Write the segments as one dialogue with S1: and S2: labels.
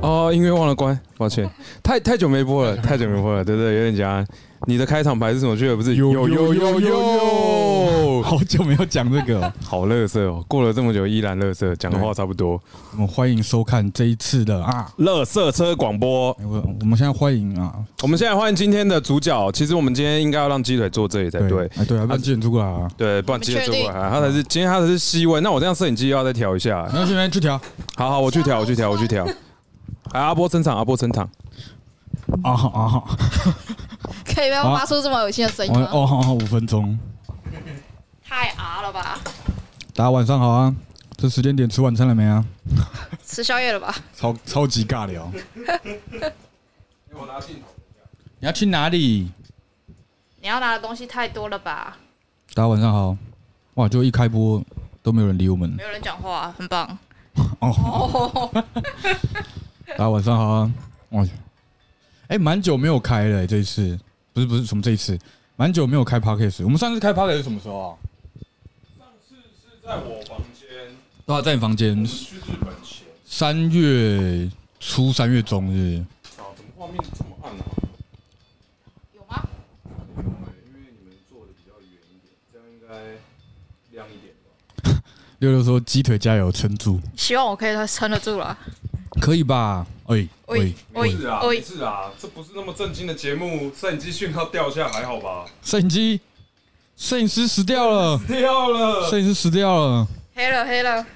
S1: 哦，音乐忘了关，抱 歉，太太久没播了，太久没播了，对对，有点假。你的开场白是什么？居然不是有有有有 有，
S2: 好久没有讲这个、哦。
S1: 好乐色哦，过了这么久依然乐色，讲的话差不多。
S2: 我们欢迎收看这一次的啊，哎
S1: 乐色车广播。
S2: 我我们现在欢迎啊，
S1: 我们现在欢迎今天的主角。其实我们今天应该要让鸡腿坐这里才对，
S2: 哎对啊，不然剪出来啊，
S1: 对，不然鸡腿坐过
S3: 不确
S1: 来，他才是今天他才是 C 位。那我这样摄影机又要再调一下。
S2: 没关系，没关系，去调
S1: 好好，我去调，我去调，我去调。哎，阿波撑场，阿波撑场。
S2: 啊啊，
S3: 可以不要发出这么恶心的声音
S2: 我
S3: 吗？
S2: 哦好好五分钟。
S3: 太啊了吧，
S2: 大家晚上好啊，这时间点吃晚餐了没啊？
S3: 吃宵夜了吧？
S2: 超超级尬聊。你要去哪里？
S3: 你要拿的东西太多了吧？
S2: 大家晚上好。哇，就一开播都没有人理我们
S3: 没有人讲话、啊很棒。
S2: 哦。
S3: 哦，
S2: 大家晚上好啊！哇，哎，蛮久没有开了、欸这一次不是不是什么这一次，蛮久没有开 podcast。我们上次开 podcast 是什么时候啊？
S1: 在我房间，
S2: 对啊，在你房间，
S1: 去日本前。
S2: 三月初、三月中日。
S1: 啊，怎么画面这么暗啊？
S3: 有吗？
S1: 因为你们坐的比较远一点，这样应该亮一点吧？
S2: 六六说：“鸡腿加油，撑住，
S3: 希望我可以撑得住了。
S2: 可以吧？”哎
S3: 喂
S2: 喂，
S3: 喂
S1: 是啊，
S3: 喂
S1: 没事啊，这不是那么正经的节目，摄影机讯号掉下还好吧？
S2: 摄影机，摄影师死掉了，
S1: 掉了，
S2: 摄影师死掉了。
S3: 黑了黑了，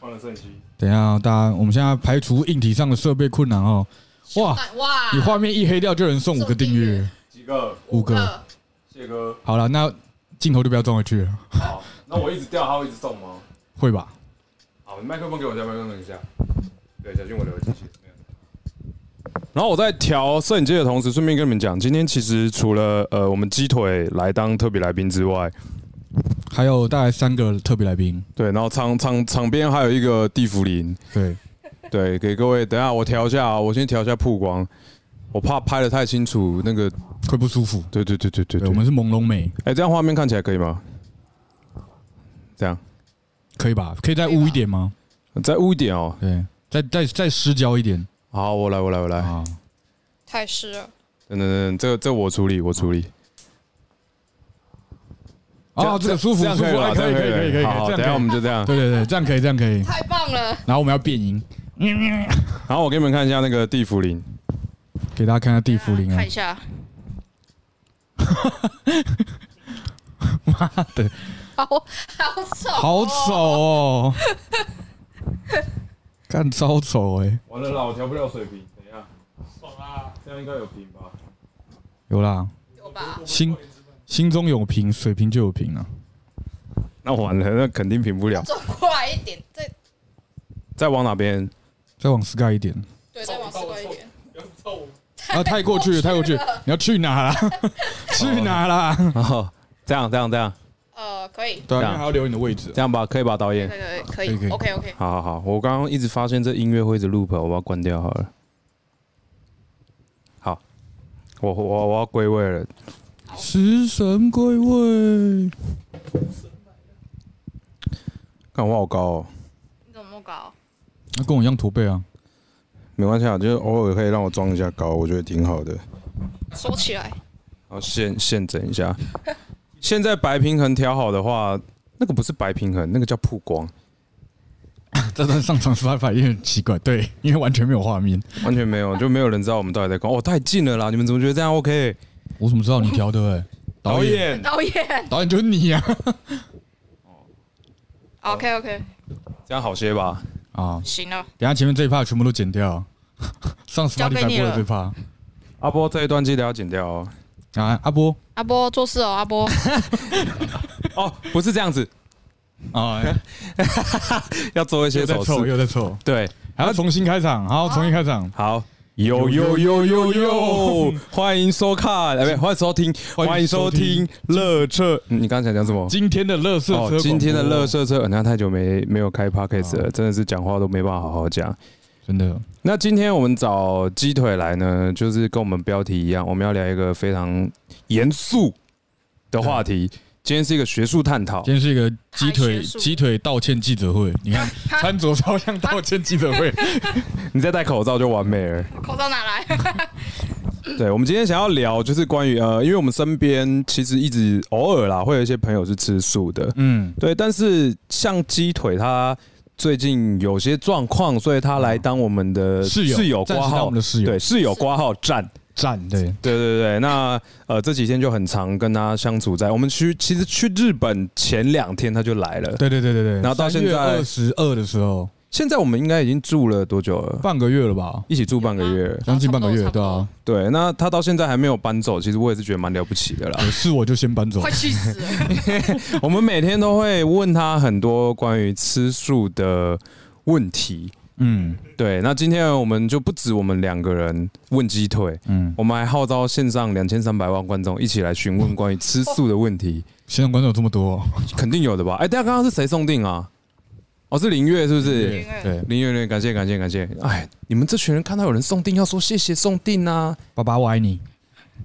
S1: 换了摄影机。
S2: 等一下啊，大家，我们现在排除硬体上的设备困难哦。哇，
S3: 哇
S2: 你画面一黑掉，就有人送五个订阅，
S1: 几个？
S2: 五个。，
S1: 谢哥，
S2: 好了，那镜头就不要装回去了，
S1: 好，那我一直掉，他会一直送吗？
S2: 会吧？
S1: 好，你麦克风给我一下，麦克风给我一下。对，小心我留个机器。然后我在调摄影机的同时，顺便跟你们讲，今天其实除了呃我们鸡腿来当特别来宾之外，
S2: 还有大概三个特别来宾，
S1: 对，然后场场场边还有一个地福林，
S2: 对，
S1: 对，给各位等一下我调一下啊，我先调一下曝光，我怕拍的太清楚，那个
S2: 会不舒服。
S1: 对对对对对
S2: 对，
S1: 对
S2: 我，们是朦胧美，
S1: 哎、这样画面看起来可以吗？这样
S2: 可以吧？可以再污一点吗？
S1: 再污一点哦。
S2: 对，再再再失焦一点
S1: 好，我来我来我来，
S2: 啊！
S3: 太湿了。
S1: 等等等，这这我处理我处理。
S2: 哦，这个舒服舒服，哎可以可以可以可以，
S1: 好，
S2: 这
S1: 等一下我
S2: 样可以
S1: 们就这样。
S2: 对对对，这样可以这样可以。
S3: 太棒了！
S2: 然后我们要变音，
S1: 然后我给你们看一下那个地茯苓，
S2: 给大家看下地茯苓啊
S3: 看一！下，
S2: 妈的，
S3: 好好丑，
S2: 好丑！哦！干超丑哎！
S1: 完了啦，我调不了水平，等一下。爽啦，这样应该有平吧？
S2: 有啦，
S3: 有吧？
S2: 心心中有平，水平就有平啊！
S1: 那完了，那肯定平不了。
S3: 走过来一点，再
S1: 再往哪边？
S2: 再往 sky 一点
S3: 对，再往过来一点。
S2: 啊！太过去了，太过去了！你要去哪啦？ 去哪啦？
S1: 哦，这样这样这样
S3: 呃，可以，
S2: 对
S1: 这
S2: 啊，因
S1: 样
S2: 为还要留你的位置啊。
S1: 这样吧，可以吧，导演
S3: 可？
S2: 可以
S3: 以，可
S2: 可以
S3: 以，OK OK。
S1: 好好好，我刚刚一直发现这音乐会一直 loop，我把它关掉好了。好，我我我要归位了。
S2: 食神归位，
S1: 看我好高哦，
S3: 你怎么那么高？啊
S2: 那跟我一样驼背啊！
S1: 没关系啊，就是偶尔可以让我装一下高，我觉得挺好的。
S3: 说起来，
S1: 然后现现整一下。现在白平衡调好的话，那个不是白平衡，那个叫曝光，
S2: 这段上场发法也很奇怪，对，因为完全没有画面。
S1: 完全没有，就没有人知道我们到底在光。哦，太近了啦！你们怎么觉得这样 OK？
S2: 我怎么知道你调的、欸？ 导演，
S1: 演，
S3: 导演
S2: 导演就是你啊呀、
S3: ，OK OK，
S1: 这样好些吧？
S2: 啊！啊，
S3: 行了，
S2: 等一下前面这一趴全部都剪掉，上 s p
S3: 交
S2: o t
S3: 给
S2: i
S3: 你
S2: 播
S3: 了
S2: 的这一趴
S1: 阿波这一段记得要剪掉哦。
S2: 啊，阿波
S3: 阿波做事哦，阿 波。
S1: 哦，不是这样子，
S2: 啊，
S1: 要做一些
S2: 又在
S1: 手
S2: 凑，
S1: 势。
S2: 又在凑，
S1: 对，
S2: 还要重新开场，好，重新开场，
S1: 好。有有有有有， 欢迎收看，哎，不，欢迎收听，欢迎收听乐车。嗯你刚才想讲什么？
S2: 今天的乐色车、
S1: 哦，今天的乐，色车，呃那太久没没有开 podcast 了，真的是讲话都没办法好好讲。
S2: 真的
S1: 那今天我们找鸡腿来呢，就是跟我们标题一样，我们要聊一个非常严肃的话题，今天是一个学术探讨，
S2: 今天是一个鸡
S3: 太学
S2: 腿
S3: 术
S2: 鸡腿道歉记者 会，你看穿着超像道歉记者会，
S1: 你再戴口罩就完美了。
S3: 口罩哪来？
S1: 对，我们今天想要聊就是关于呃，因为我们身边其实一直偶尔啦，会有一些朋友是吃素的，
S2: 嗯，
S1: 对，但是像鸡腿它最近有些状况，所以它来当我们的
S2: 嗯室友
S1: 室友
S2: 暂时
S1: 挂
S2: 当
S1: 号
S2: 我们的室友
S1: 对室友挂号站。
S2: 赞对，
S1: 对对对，那呃这几天就很常跟他相处在，我们去其实去日本前两天他就来了，
S2: 对对对对对。
S1: 然后到现在
S2: 二十二的时候，
S1: 现在我们应该已经住了多久了？
S2: 半个月了吧，
S1: 一起住半个月，
S2: 将近半个月
S3: 差不多
S2: 对啊，
S1: 对，那他到现在还没有搬走，其实我也是觉得蛮了不起的 啦。
S2: 有事我就先搬走
S3: 快。气死了！
S1: 我们每天都会问他很多关于吃素的问题，
S2: 嗯
S1: 对，那今天我们就不止我们两个人问鸡腿，
S2: 嗯，
S1: 我们还号召线上两千三百万观众一起来询问关于吃素的问 题，
S2: 现场观众有这么多哦，
S1: 肯定有的吧？哎、大家刚刚是谁送定啊？哦，是林月是不
S3: 林
S1: 是？
S3: 月
S2: 对，
S1: 林月，林月，感谢感谢感谢！哎，你们这群人看到有人送定，要说谢谢送定啊！
S2: 爸爸我爱你。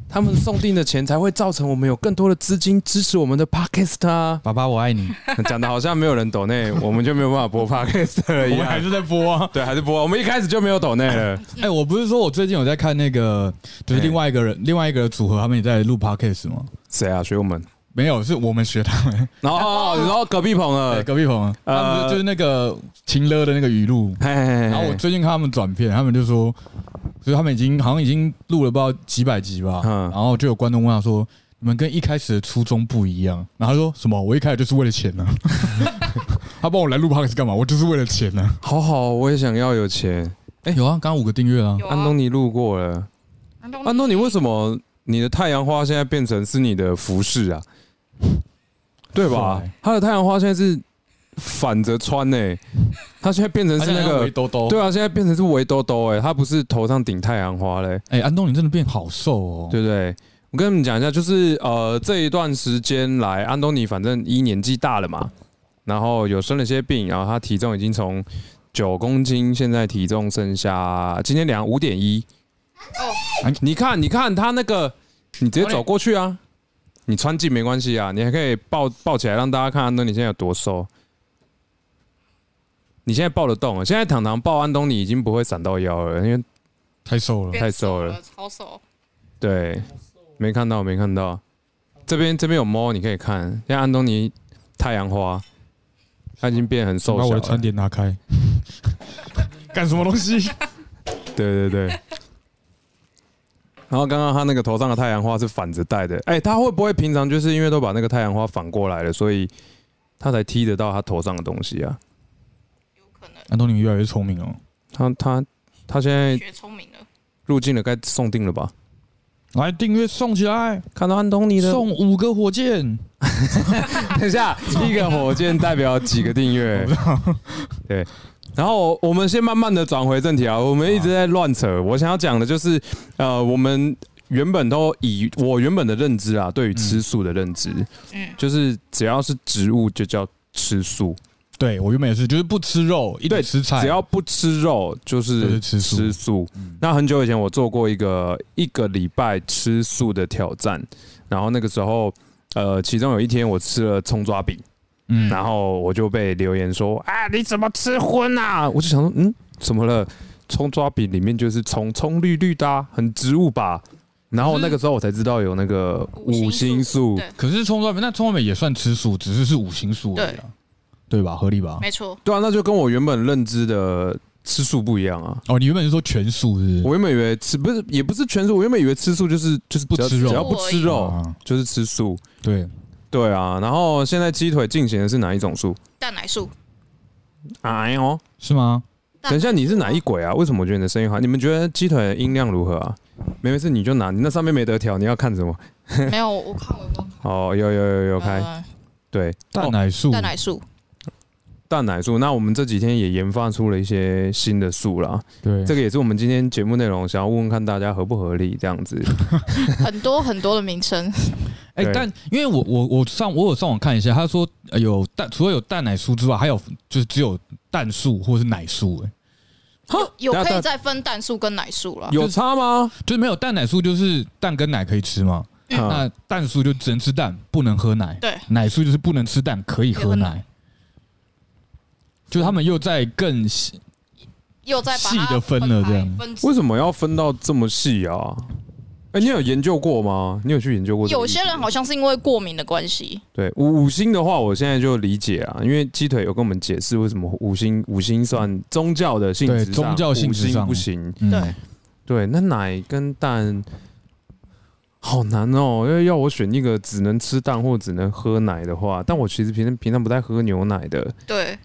S1: 他们送定的钱才会造成我们有更多的资金支持我们的 podcast 啊！
S2: 爸爸，我爱你。
S1: 讲的好像没有人懂 内，我们就没有办法播 podcast 了一
S2: 我们还
S1: 样。
S2: 是在播 啊。
S1: 对，还是播。我们一开始就没有抖内了。
S2: 哎、我不是说我最近有在看那个，
S1: 哎
S2: 就是另外一个人，另外一个组合，他们也在录 podcast 吗？
S1: 谁啊？学我们？
S2: 没有，是我们学他们。
S1: 然后，然后隔壁棚
S2: 对，
S1: 了。
S2: 隔壁棚啊，
S1: 呃
S2: 他们不是就是那个情勒的那个语录。
S1: 嘿嘿嘿
S2: 然后我最近看他们转片，他们就说，就是他们已经好像已经录了不知道几百集吧。
S1: 嗯
S2: 然后就有观众问他说：“你们跟一开始的初衷不一样。”然后他说什么？我一开始就是为了 钱呢、啊。他帮我来录 podcast 干嘛？我就是为了钱呢、啊。
S1: 好好，我也想要有钱。
S2: 哎、有啊，刚刚五个订阅啊。
S3: 有啊
S1: 安东尼路过了，
S3: 安东尼
S1: 安东尼，为什么你的太阳花现在变成是你的服饰啊？对吧
S2: 帅？
S1: 他的太阳花现在是反着穿呢、他现在变成是那
S2: 他现在围
S1: 个。
S2: 兜兜。
S1: 对啊，现在变成是围兜兜哎，他不是头上顶太阳花嘞、
S2: 哎、安东尼真的变好瘦哦。
S1: 对不对？我跟你们讲一下，就是呃这一段时间来，安东尼反正一年纪大了嘛，然后有生了些病，然后他体重已经从九公斤，现在体重剩下今天量五点一。哦，你看，你看他那个，你直接走过去啊，你穿近没关系啊，你还可以抱抱起来让大家看安东尼现在有多瘦。你现在抱得动啊了，现在糖糖抱安东尼已经不会闪到腰了，因为
S2: 太瘦了。
S3: 变
S1: 太瘦了
S3: 了，超瘦。
S1: 对，没看到，没看到。这边这边有猫，你可以看。现在安东尼太阳花，他已经变很瘦
S2: 把
S1: 小
S2: 我的
S1: 了
S2: 餐。点拿 开，干什么东西？
S1: 对对对。然后刚刚他那个头上的太阳花是反着戴的，哎、他会不会平常就是因为都把那个太阳花反过来了，所以他才踢得到他头上的东西啊？
S3: 有可能
S2: 安东尼越来越聪明哦。
S1: 他他他现在
S3: 学聪明了，
S1: 入境了，该送定了吧？
S2: 来订阅送起来，
S1: 看到安东尼的，
S2: 送五个火箭。
S1: 等一下，一个火箭代表几个订阅？对。然后我们先慢慢的转回正题啊，我们一直在乱扯。我想要讲的就是，呃，我们原本都以我原本的认知啊，对于吃素的认知，
S3: 嗯，
S1: 就是只要是植物就叫吃素，
S2: 对我原本也是，就是不吃肉，一直
S1: 对
S2: 吃菜。
S1: 只要不吃肉就
S2: 就是
S1: 是
S2: 吃素
S1: 吃素。
S2: 嗯
S1: 那很久以前我做过一个一个礼拜吃素的挑战，然后那个时候，呃，其中有一天我吃了葱抓饼。
S2: 嗯，
S1: 然后我就被留言说：“啊，你怎么吃荤啊？”我就想说：“嗯，怎么了？葱抓饼里面就是葱，葱绿绿的、啊，很植物吧？”然后那个时候我才知道有那个五星素
S3: 对，
S2: 可是葱抓饼，那葱抓饼也算吃素，只是是五行素而已啊，对吧？合理吧？
S3: 没错，
S1: 对啊，那就跟我原本认知的吃素不一样啊。
S2: 哦，你原本是说全素是不是？
S1: 我原本以为吃不是也不是全素，我原本以为吃素就是就是
S2: 不
S1: 只要
S2: 吃肉
S1: 只要不吃肉
S2: 啊，
S1: 就是吃素。
S2: 对，
S1: 对啊，然后现在鸡腿进行的是哪一种素？
S3: 蛋奶素。
S1: 哎呦，
S2: 是吗？
S1: 等一下你是哪一鬼啊？为什么我觉得你的声音好？你们觉得鸡腿的音量如何啊？没事，你就拿，你那上面没得调，你要看什么？
S3: 没有，我看我有没有
S1: 哦，有有有有开，
S3: 呃
S1: 对
S2: 蛋奶素，
S3: 哦蛋奶 素，
S1: 蛋奶素。那我们这几天也研发出了一些新的素啦，
S3: 嗯
S2: 对，
S1: 这个也是我们今天节目内容，想要问问看大家合不合理这样子。
S3: 很多很多的名 称，
S2: 哎、
S1: 对
S2: 但因为我我我上我有上网看一下，他说呃有蛋，除了有蛋奶酥之外，还有就是只有蛋素或是奶素、哎，
S3: 有
S1: 等下
S3: 可以
S1: 等
S3: 再分蛋素跟奶素了。
S1: 有差吗？
S2: 就是没有蛋奶酥，就是蛋跟奶可以吃嘛，
S1: 嗯
S2: 那蛋素就只能吃蛋，不能喝奶。
S3: 对，
S2: 奶素就是不能吃蛋，可以喝
S3: 可以喝
S2: 奶
S3: 奶。
S2: 就他们又在更细
S3: 又再把
S2: 细
S3: 它
S2: 地分了这样
S3: 开分
S1: 为什么要分到这么细啊？哎、你有研究过吗？你有去研究过这个
S3: 有
S1: 议题吗？
S3: 些人好像是因为过敏的关系，
S1: 对五五星的话，我现在就理解啊，因为鸡腿有跟我们解释为什么五星五星算宗教的性质上，
S2: 对宗教性质
S1: 五星
S2: 上
S1: 不行。
S2: 嗯
S3: 对
S1: 对，那奶跟蛋好难哦，因为要我选一个只能吃蛋或只能喝奶的话，但我其实平常平常不太喝牛奶的，
S3: 对，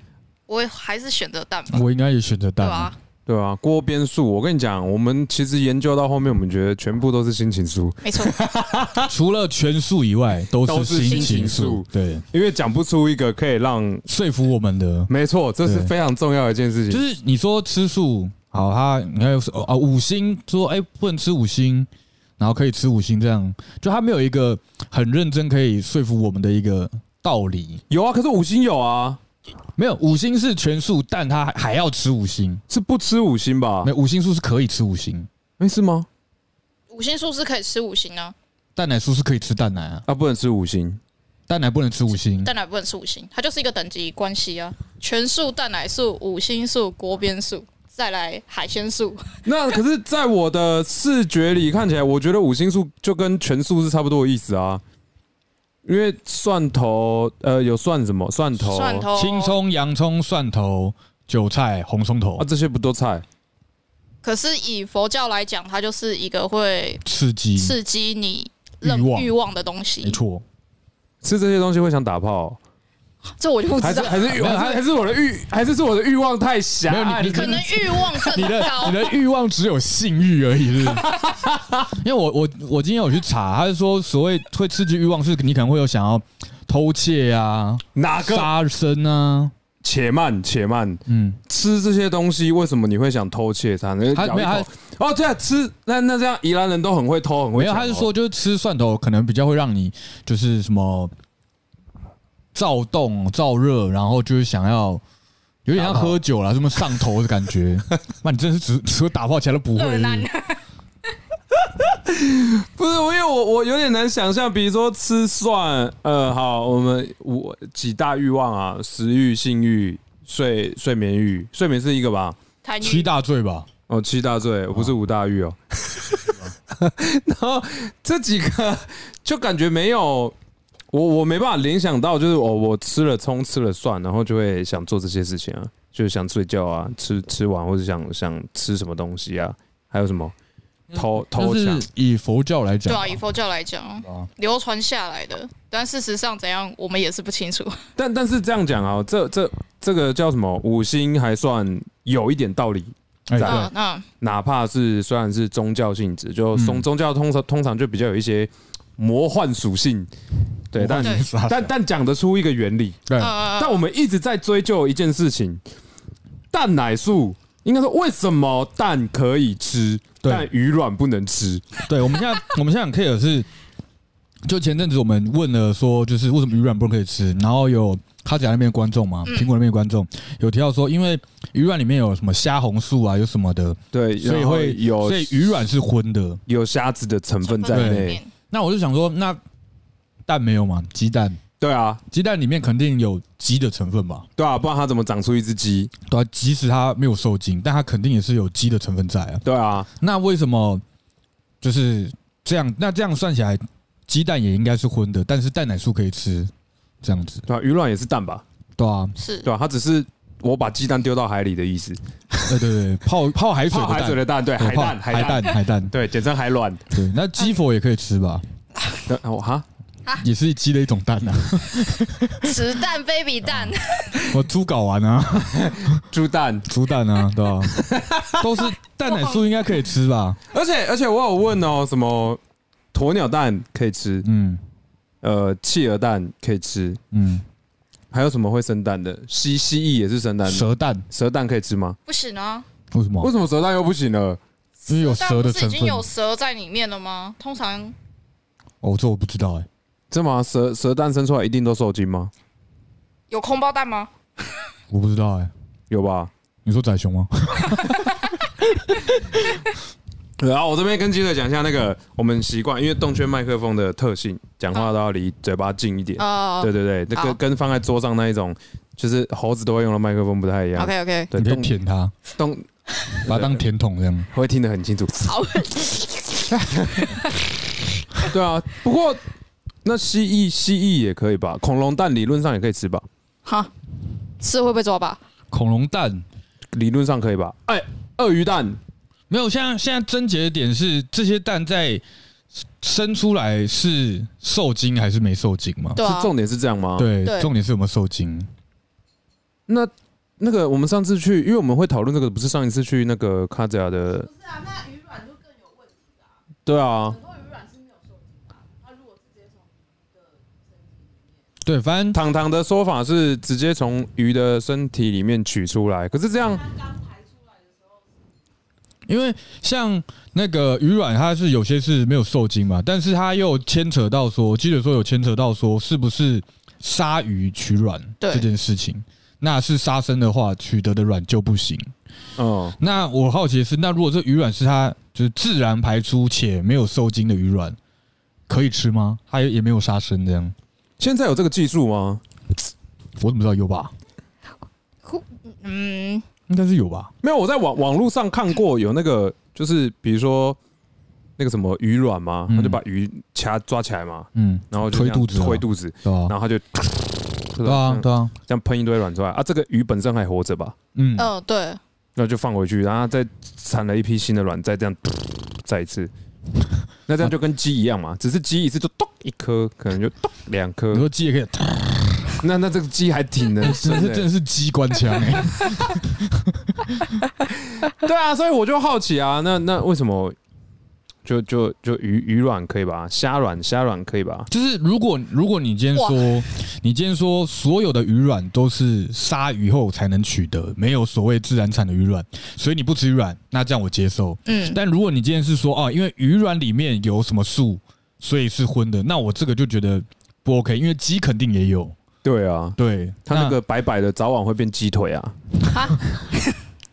S3: 我还是选择蛋吧，
S2: 我应该也选择
S3: 对
S2: 蛋。
S3: 啊吧？
S1: 对吧、锅边素，我跟你讲，我们其实研究到后面，我们觉得全部都是心情素，
S3: 没错，
S2: 啊除了全素以外，都
S1: 都是
S2: 是
S1: 新
S2: 新
S1: 情
S2: 情
S1: 素
S2: 素，对，
S1: 因为讲不出一个可以让。
S2: 说服我们的
S1: 没错，这是
S2: 对
S1: 非常重要的一件事情。
S2: 就是你说吃素，好，他你看又是哦啊五星说哎、不能吃五星，然后可以吃五星这样，就他没有一个很认真可以说服我们的一个道理。
S1: 有啊，可是五星有啊，
S2: 没有五星是全素，但他还还要吃五星。
S1: 是不吃五星吧
S2: 没？有五星素是可以吃五星，
S1: 没事吗？
S3: 五星素是可以吃五星啊，
S2: 蛋奶素是可以吃蛋奶啊，
S1: 啊，不能吃五星。
S2: 蛋奶不能吃五星。
S3: 蛋奶不能吃五星，它就是一个等级关系啊，全素、蛋奶素、五星素、锅边素，再来海鲜素，
S1: 那可是，在我的视觉里看起来，我觉得五星素就跟全素是差不多的意思啊。因为蒜头，呃，有蒜什么？蒜头、
S3: 蒜头、
S2: 青。葱、洋葱、蒜头、韭菜、红葱头
S1: 啊，，
S3: 哦
S1: 这些不都菜？
S3: 可是以佛教来讲，它就是一个会
S2: 刺激，
S3: 刺激你任
S2: 欲望
S3: 欲望的东西。
S2: 没，错。
S1: 吃这些东西会想打炮，
S3: 这我就不
S1: 还
S3: 知
S1: 是
S3: 道。
S1: 还是
S2: 没有
S1: 还是还是我的欲，还是是我的欲望太狭
S2: 没有
S1: 隘
S2: 你
S1: 了？
S3: 可能欲望
S2: 你
S3: 更
S2: 的
S3: 高
S2: 你，的欲望只有性欲而已，是不是 因为我我我今天有去查，他是说所谓会刺激欲望，是你可能会有想要偷窃啊、
S1: 哪个？
S2: 杀生啊，
S1: 且慢，且慢，
S2: 嗯，
S1: 吃这些东西，为什么你会想偷窃它呢？
S2: 他
S1: 咬
S2: 没
S1: 一
S2: 有他
S1: 口哦，对啊，吃那那这样，宜兰人都很会偷，很会
S2: 没有，
S1: 抢
S2: 他是
S1: 哦
S2: 说就是吃蒜头可能比较会让你就是什么躁动、燥热，然后就是想要。有点像
S1: 打炮
S2: 喝酒啦，什么上头的感 觉。那你真是只除了打炮其他都不会。
S3: 二
S2: 是不
S3: 难
S2: 是。
S1: 不是，我因为我我有点难想象，比如说吃蒜，呃，好，我们五几大欲望啊，食欲、性欲、睡睡眠欲，睡眠是一个吧？
S3: 贪
S2: 七
S3: 欲。
S2: 大罪吧？
S1: 哦，七大罪，不是五大欲哦。 然后这几个就感觉没有，我我没办法联想到，就是哦我我吃了葱吃了蒜，然后就会想做这些事情啊，就是想睡觉啊，吃吃完或者想想吃什么东西啊，还有什么偷偷
S2: 但
S1: 抢
S2: 是以佛教来讲
S3: 对
S2: 吧，
S3: 啊，以佛教来讲，
S2: 对啊
S3: 流传下来的，但事实上怎样，我们也是不清楚。
S1: 但但是这样讲啊，这这这个叫什么？五星还算有一点道理，对
S2: 哎对，
S3: 那啊那
S1: 哪怕是虽然是宗教性质，就宗
S2: 嗯
S1: 宗教通常通常就比较有一些魔幻属性，对，但
S3: 对
S1: 但但讲得出一个原理。
S2: 对
S3: 呃，
S1: 但我们一直在追究一件事情：蛋奶素。应该说，为什么蛋可以吃，
S2: 对
S1: 但鱼卵不能吃？
S2: 对，我们现在我们现在很 care 的是，就前阵子我们问了说，就是为什么鱼软不可以吃，然后有他讲那边的观众嘛，
S3: 嗯
S2: 苹果那边的观众有提到说，因为鱼软里面有什么虾红素啊，有什么的，
S1: 对，
S2: 所以
S1: 然后
S2: 会
S1: 有
S2: 所以鱼软是荤的。
S1: 有虾子的成分在
S2: 成分
S3: 里
S1: 内。
S3: 面
S2: 那我就想说，那蛋没有嘛？鸡蛋，
S1: 对啊，
S2: 鸡蛋里面肯定有鸡的成分吧？
S1: 对啊，不然它怎么长出一只鸡？
S2: 对、啊，即使它没有受精，但它肯定也是有鸡的成分在啊。
S1: 对啊，
S2: 那为什么就是这样？那这样算起来，鸡蛋也应该是荤的，但是蛋奶素可以吃，这样子
S1: 对啊，鱼卵也是蛋吧？
S2: 对啊？
S3: 是
S1: 对啊，它只是我把鸡蛋丢到海里的意思，
S2: 对对对，泡泡海 水
S1: 泡
S2: 的
S1: 海水的
S2: 蛋，
S1: 蛋，对，
S2: 对
S1: 海
S2: 泡
S1: 蛋，
S2: 海
S1: 海蛋，
S2: 蛋，海蛋。
S1: 对，简称海卵。
S2: 对，那鸡佛也可以吃吧？
S1: 对哦哈，
S2: 也是鸡的一种蛋啊。
S3: 子弹 baby 蛋，
S2: 啊我猪睾丸啊，
S1: 猪蛋。
S2: 猪蛋啊，对吧、都是蛋奶素应该可以吃吧？
S1: 而且而且我有问哦，什么鸵鸟蛋可以吃，
S2: 嗯
S1: 呃，企鹅蛋可以吃，
S2: 嗯，
S1: 还有什么会生蛋的？蜥蜥蜴也是生蛋的，
S2: 蛇哦蛋
S1: 蛇蛋可以吃吗？
S3: 不行啊，
S2: 为什
S1: 为
S2: 么？
S1: 什么蛇蛋又不行了？
S2: 因为有
S3: 但
S2: 蛇的
S3: 啊不是
S2: 成
S3: 已
S2: 分
S3: 经。有蛇在里面了吗？通常
S2: 哦，这我不知道哎、
S1: 真的吗？蛇蛇蛋生出来一定都受精吗？
S3: 有空包蛋吗？
S2: 我不知哎道哎、
S1: 有吧？
S2: 你说宰熊吗？
S1: 对啊，我这边跟记者讲一下那个我们习惯，因为动圈麦克风的特性，讲话都要离嘴巴近一点。
S3: 哦，
S1: 对对对，那
S3: 好
S1: 个跟放在桌上那一种，就是猴子都会用的麦克风不太一样。
S3: ，OK OK，
S1: 对，
S2: 你可以
S1: 动
S2: 舔它，
S1: 动
S2: 把它当甜筒这样。
S1: 会听得很清楚。
S3: 好，
S1: 对啊，不过那蜥蜴蜥蜴也可以吧，恐龙蛋理论上也可以吃吧，
S3: 好，是会被抓吧？
S2: 恐龙蛋
S1: 理论上可以吧？哎，鳄鱼蛋
S2: 没有，现在现在症结点是这些蛋在生出来是受精还是没受精嘛？
S3: 对啊
S1: 哦是，重点是这样吗？，
S2: 对，
S3: 对
S2: 重点是有没有受精。
S1: 那那个我们上次去，因为我们会讨论这个，不是上一次去那个卡泽亚的？
S3: 啊
S1: 对啊，
S2: 对，反正
S1: 糖糖的说法是直接从鱼的身体里面取出来，可是这
S3: 啊
S1: 样
S2: 因为像那个鱼卵，它是有些是没有受精嘛，但是它又牵扯到说，记得说有牵扯到说是不是鲨鱼取卵
S3: 对
S2: 这件事情。那是杀生的话，取得的卵就不行。
S1: 嗯，
S2: 那我好奇的是，那如果这鱼卵是它就是自然排出且没有受精的鱼卵，可以吃吗？它也也没有杀生这样，
S1: 现在有这个技术吗？
S2: 我怎么知道有吧？
S3: 嗯，
S2: 应该是有吧？
S1: 没有，我在网网络上看过有那个，就是比如说那个什么鱼卵嘛，
S2: 嗯
S1: 他就把鱼掐抓起来嘛，
S2: 嗯，
S1: 然后就这样
S2: 推肚子啊
S1: 推肚子，
S2: 对啊
S1: 然，后他就
S2: 对啊，对啊，
S1: 这样喷一堆卵出来啊，这个鱼本身还活着吧，
S2: 嗯，
S3: 哦，对，
S1: 那就放回去，然后再产了一批新的卵，再这样 再一次，那这样就跟鸡一样嘛，只是鸡一次就咚一颗，可能就咚两颗
S2: 你，说鸡也可以，
S1: 那那这个鸡还挺能生
S2: 真是
S1: 的、
S2: 真的是机关枪 哎，
S1: 对啊，所以我就好奇啊，那那为什么就就就鱼鱼卵可以吧，虾卵虾卵可以吧？
S2: 就是如果如果你今天说，你今天说所有的鱼卵都是杀鱼后才能取得，没有所谓自然产的鱼卵，所以你不吃鱼卵，那这样我接受。
S3: 嗯，
S2: 但如果你今天是说啊，因为鱼卵里面有什么素，所以是荤的，那我这个就觉得不 OK，因为鸡肯定也有。
S1: 对啊，
S2: 对，
S1: 它那个白白的早晚会变鸡腿啊，
S3: 哈，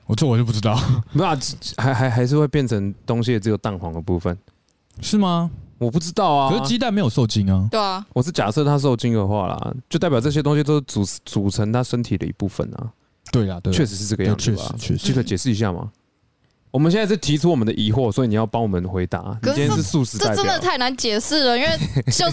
S2: 我这我就不知道，
S1: 那啊还还还是会变成东西只有蛋黄的部分，
S2: 是吗？
S1: 我不知道啊。
S2: 可是鸡蛋没有受精啊。
S3: 对啊，
S1: 我是假设它受精的话啦，就代表这些东西都是组组成它身体的一部分啊，
S2: 对啦，对啦，
S1: 确实是这个样子吧
S2: 对？确实确实
S1: 记得解释一下吗？我们现在是提出我们的疑惑，所以你要帮我们回答。你
S3: 可
S1: 今
S3: 是
S1: 天是素食代
S3: 这真的
S1: 表，
S3: 太难解释了，因为 就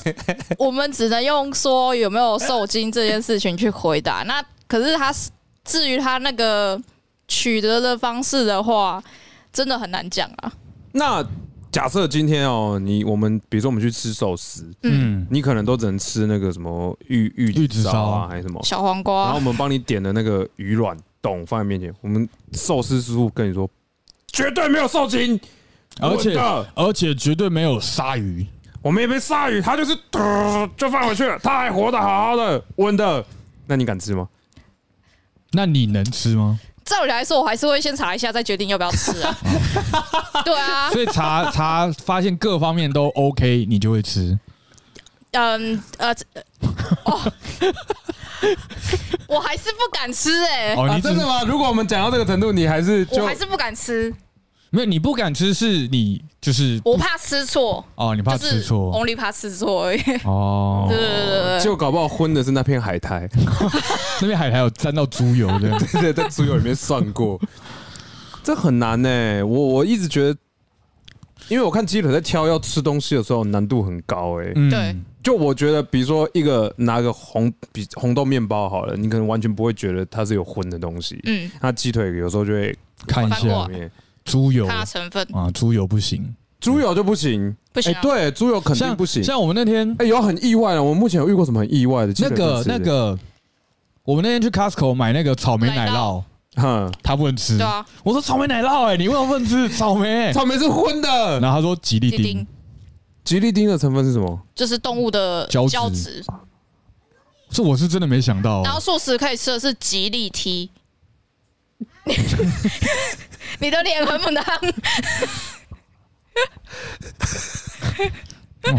S3: 我们只能用说有没有受精这件事情去回答。那可是他是至于他那个取得的方式的话，真的很难讲啊。
S1: 那假设今天哦、你我们比如说我们去吃寿司，
S2: 嗯，
S1: 你可能都只能吃那个什么玉玉
S2: 玉
S1: 子
S2: 子
S1: 烧啊，
S2: 烧
S1: 还是什么？
S3: 小黄
S1: 然后
S3: 瓜
S1: 我，们帮你点的那个鱼卵冻放在面前，我们寿司师傅跟你说，绝对没有受精，
S2: 而
S1: 滚
S2: 且
S1: 的
S2: 而且绝对没有鲨鱼。
S1: 我们也没鲨鱼，它就是、呃就放回去了，它还活得好好的，稳的。那你敢吃吗？
S2: 那你能吃吗？
S3: 照理来说，我还是会先查一下，再决定要不要吃 啊。对啊，
S2: 所以查查发现各方面都 OK，你就会吃。
S3: 嗯呃，这呃哦，我还是不敢吃哎、
S2: 哦，
S1: 啊
S2: 你只
S1: 真的吗？如果我们讲到这个程度，你还是就
S3: 我还是不敢吃，
S2: 没有你不敢吃，是你就是
S3: 我怕吃错，
S2: 哦，你怕吃
S3: 就是
S2: 错
S3: ，only 怕吃错而已。对
S2: 哦。
S3: 对对对对。
S1: 就搞不好昏的是那片海苔，
S2: 那边海苔有沾到猪油这样。
S1: 对，在猪油里面算过，这很难呢、欸我我一直觉得，因为我看鸡腿在挑要吃东西的时候难度很高哎、
S2: 嗯
S3: 对
S1: 就我觉得，比如说一个拿个红比红豆面包好了，你可能完全不会觉得它是有荤的东西。
S3: 嗯，
S1: 它鸡腿有时候就会
S2: 看一
S3: 翻过
S2: 下
S1: 里面，
S2: 猪油
S3: 看它成分
S2: 啊，猪油不行，
S1: 猪油就不行。
S3: 不行、
S1: 哎、
S3: 啊
S1: 对，猪油肯定
S2: 像
S1: 不行。
S2: 像我们那天
S1: 哎、有很意外的，我目前有遇过什么很意外的鸡
S2: 那
S1: 腿
S2: 个
S1: 不吃
S2: 那，个，我们那天去 Costco 买那个草莓奶
S3: 奶
S2: 酪
S3: 酪，
S1: 哼，
S2: 他不能吃
S3: 对。啊，
S2: 我说草莓奶酪，哎，你为什么不能吃草莓？
S1: 草莓是荤的。
S2: 然后他说吉利
S3: 丁
S2: 丁
S3: 丁，
S1: 吉利丁的成分是什么？
S3: 就是动物的
S2: 胶质哦
S3: 胶质，
S2: 这我是真的没想到哦。
S3: 然后素食可以吃的是吉利 T。你的脸很不 当，
S2: 哇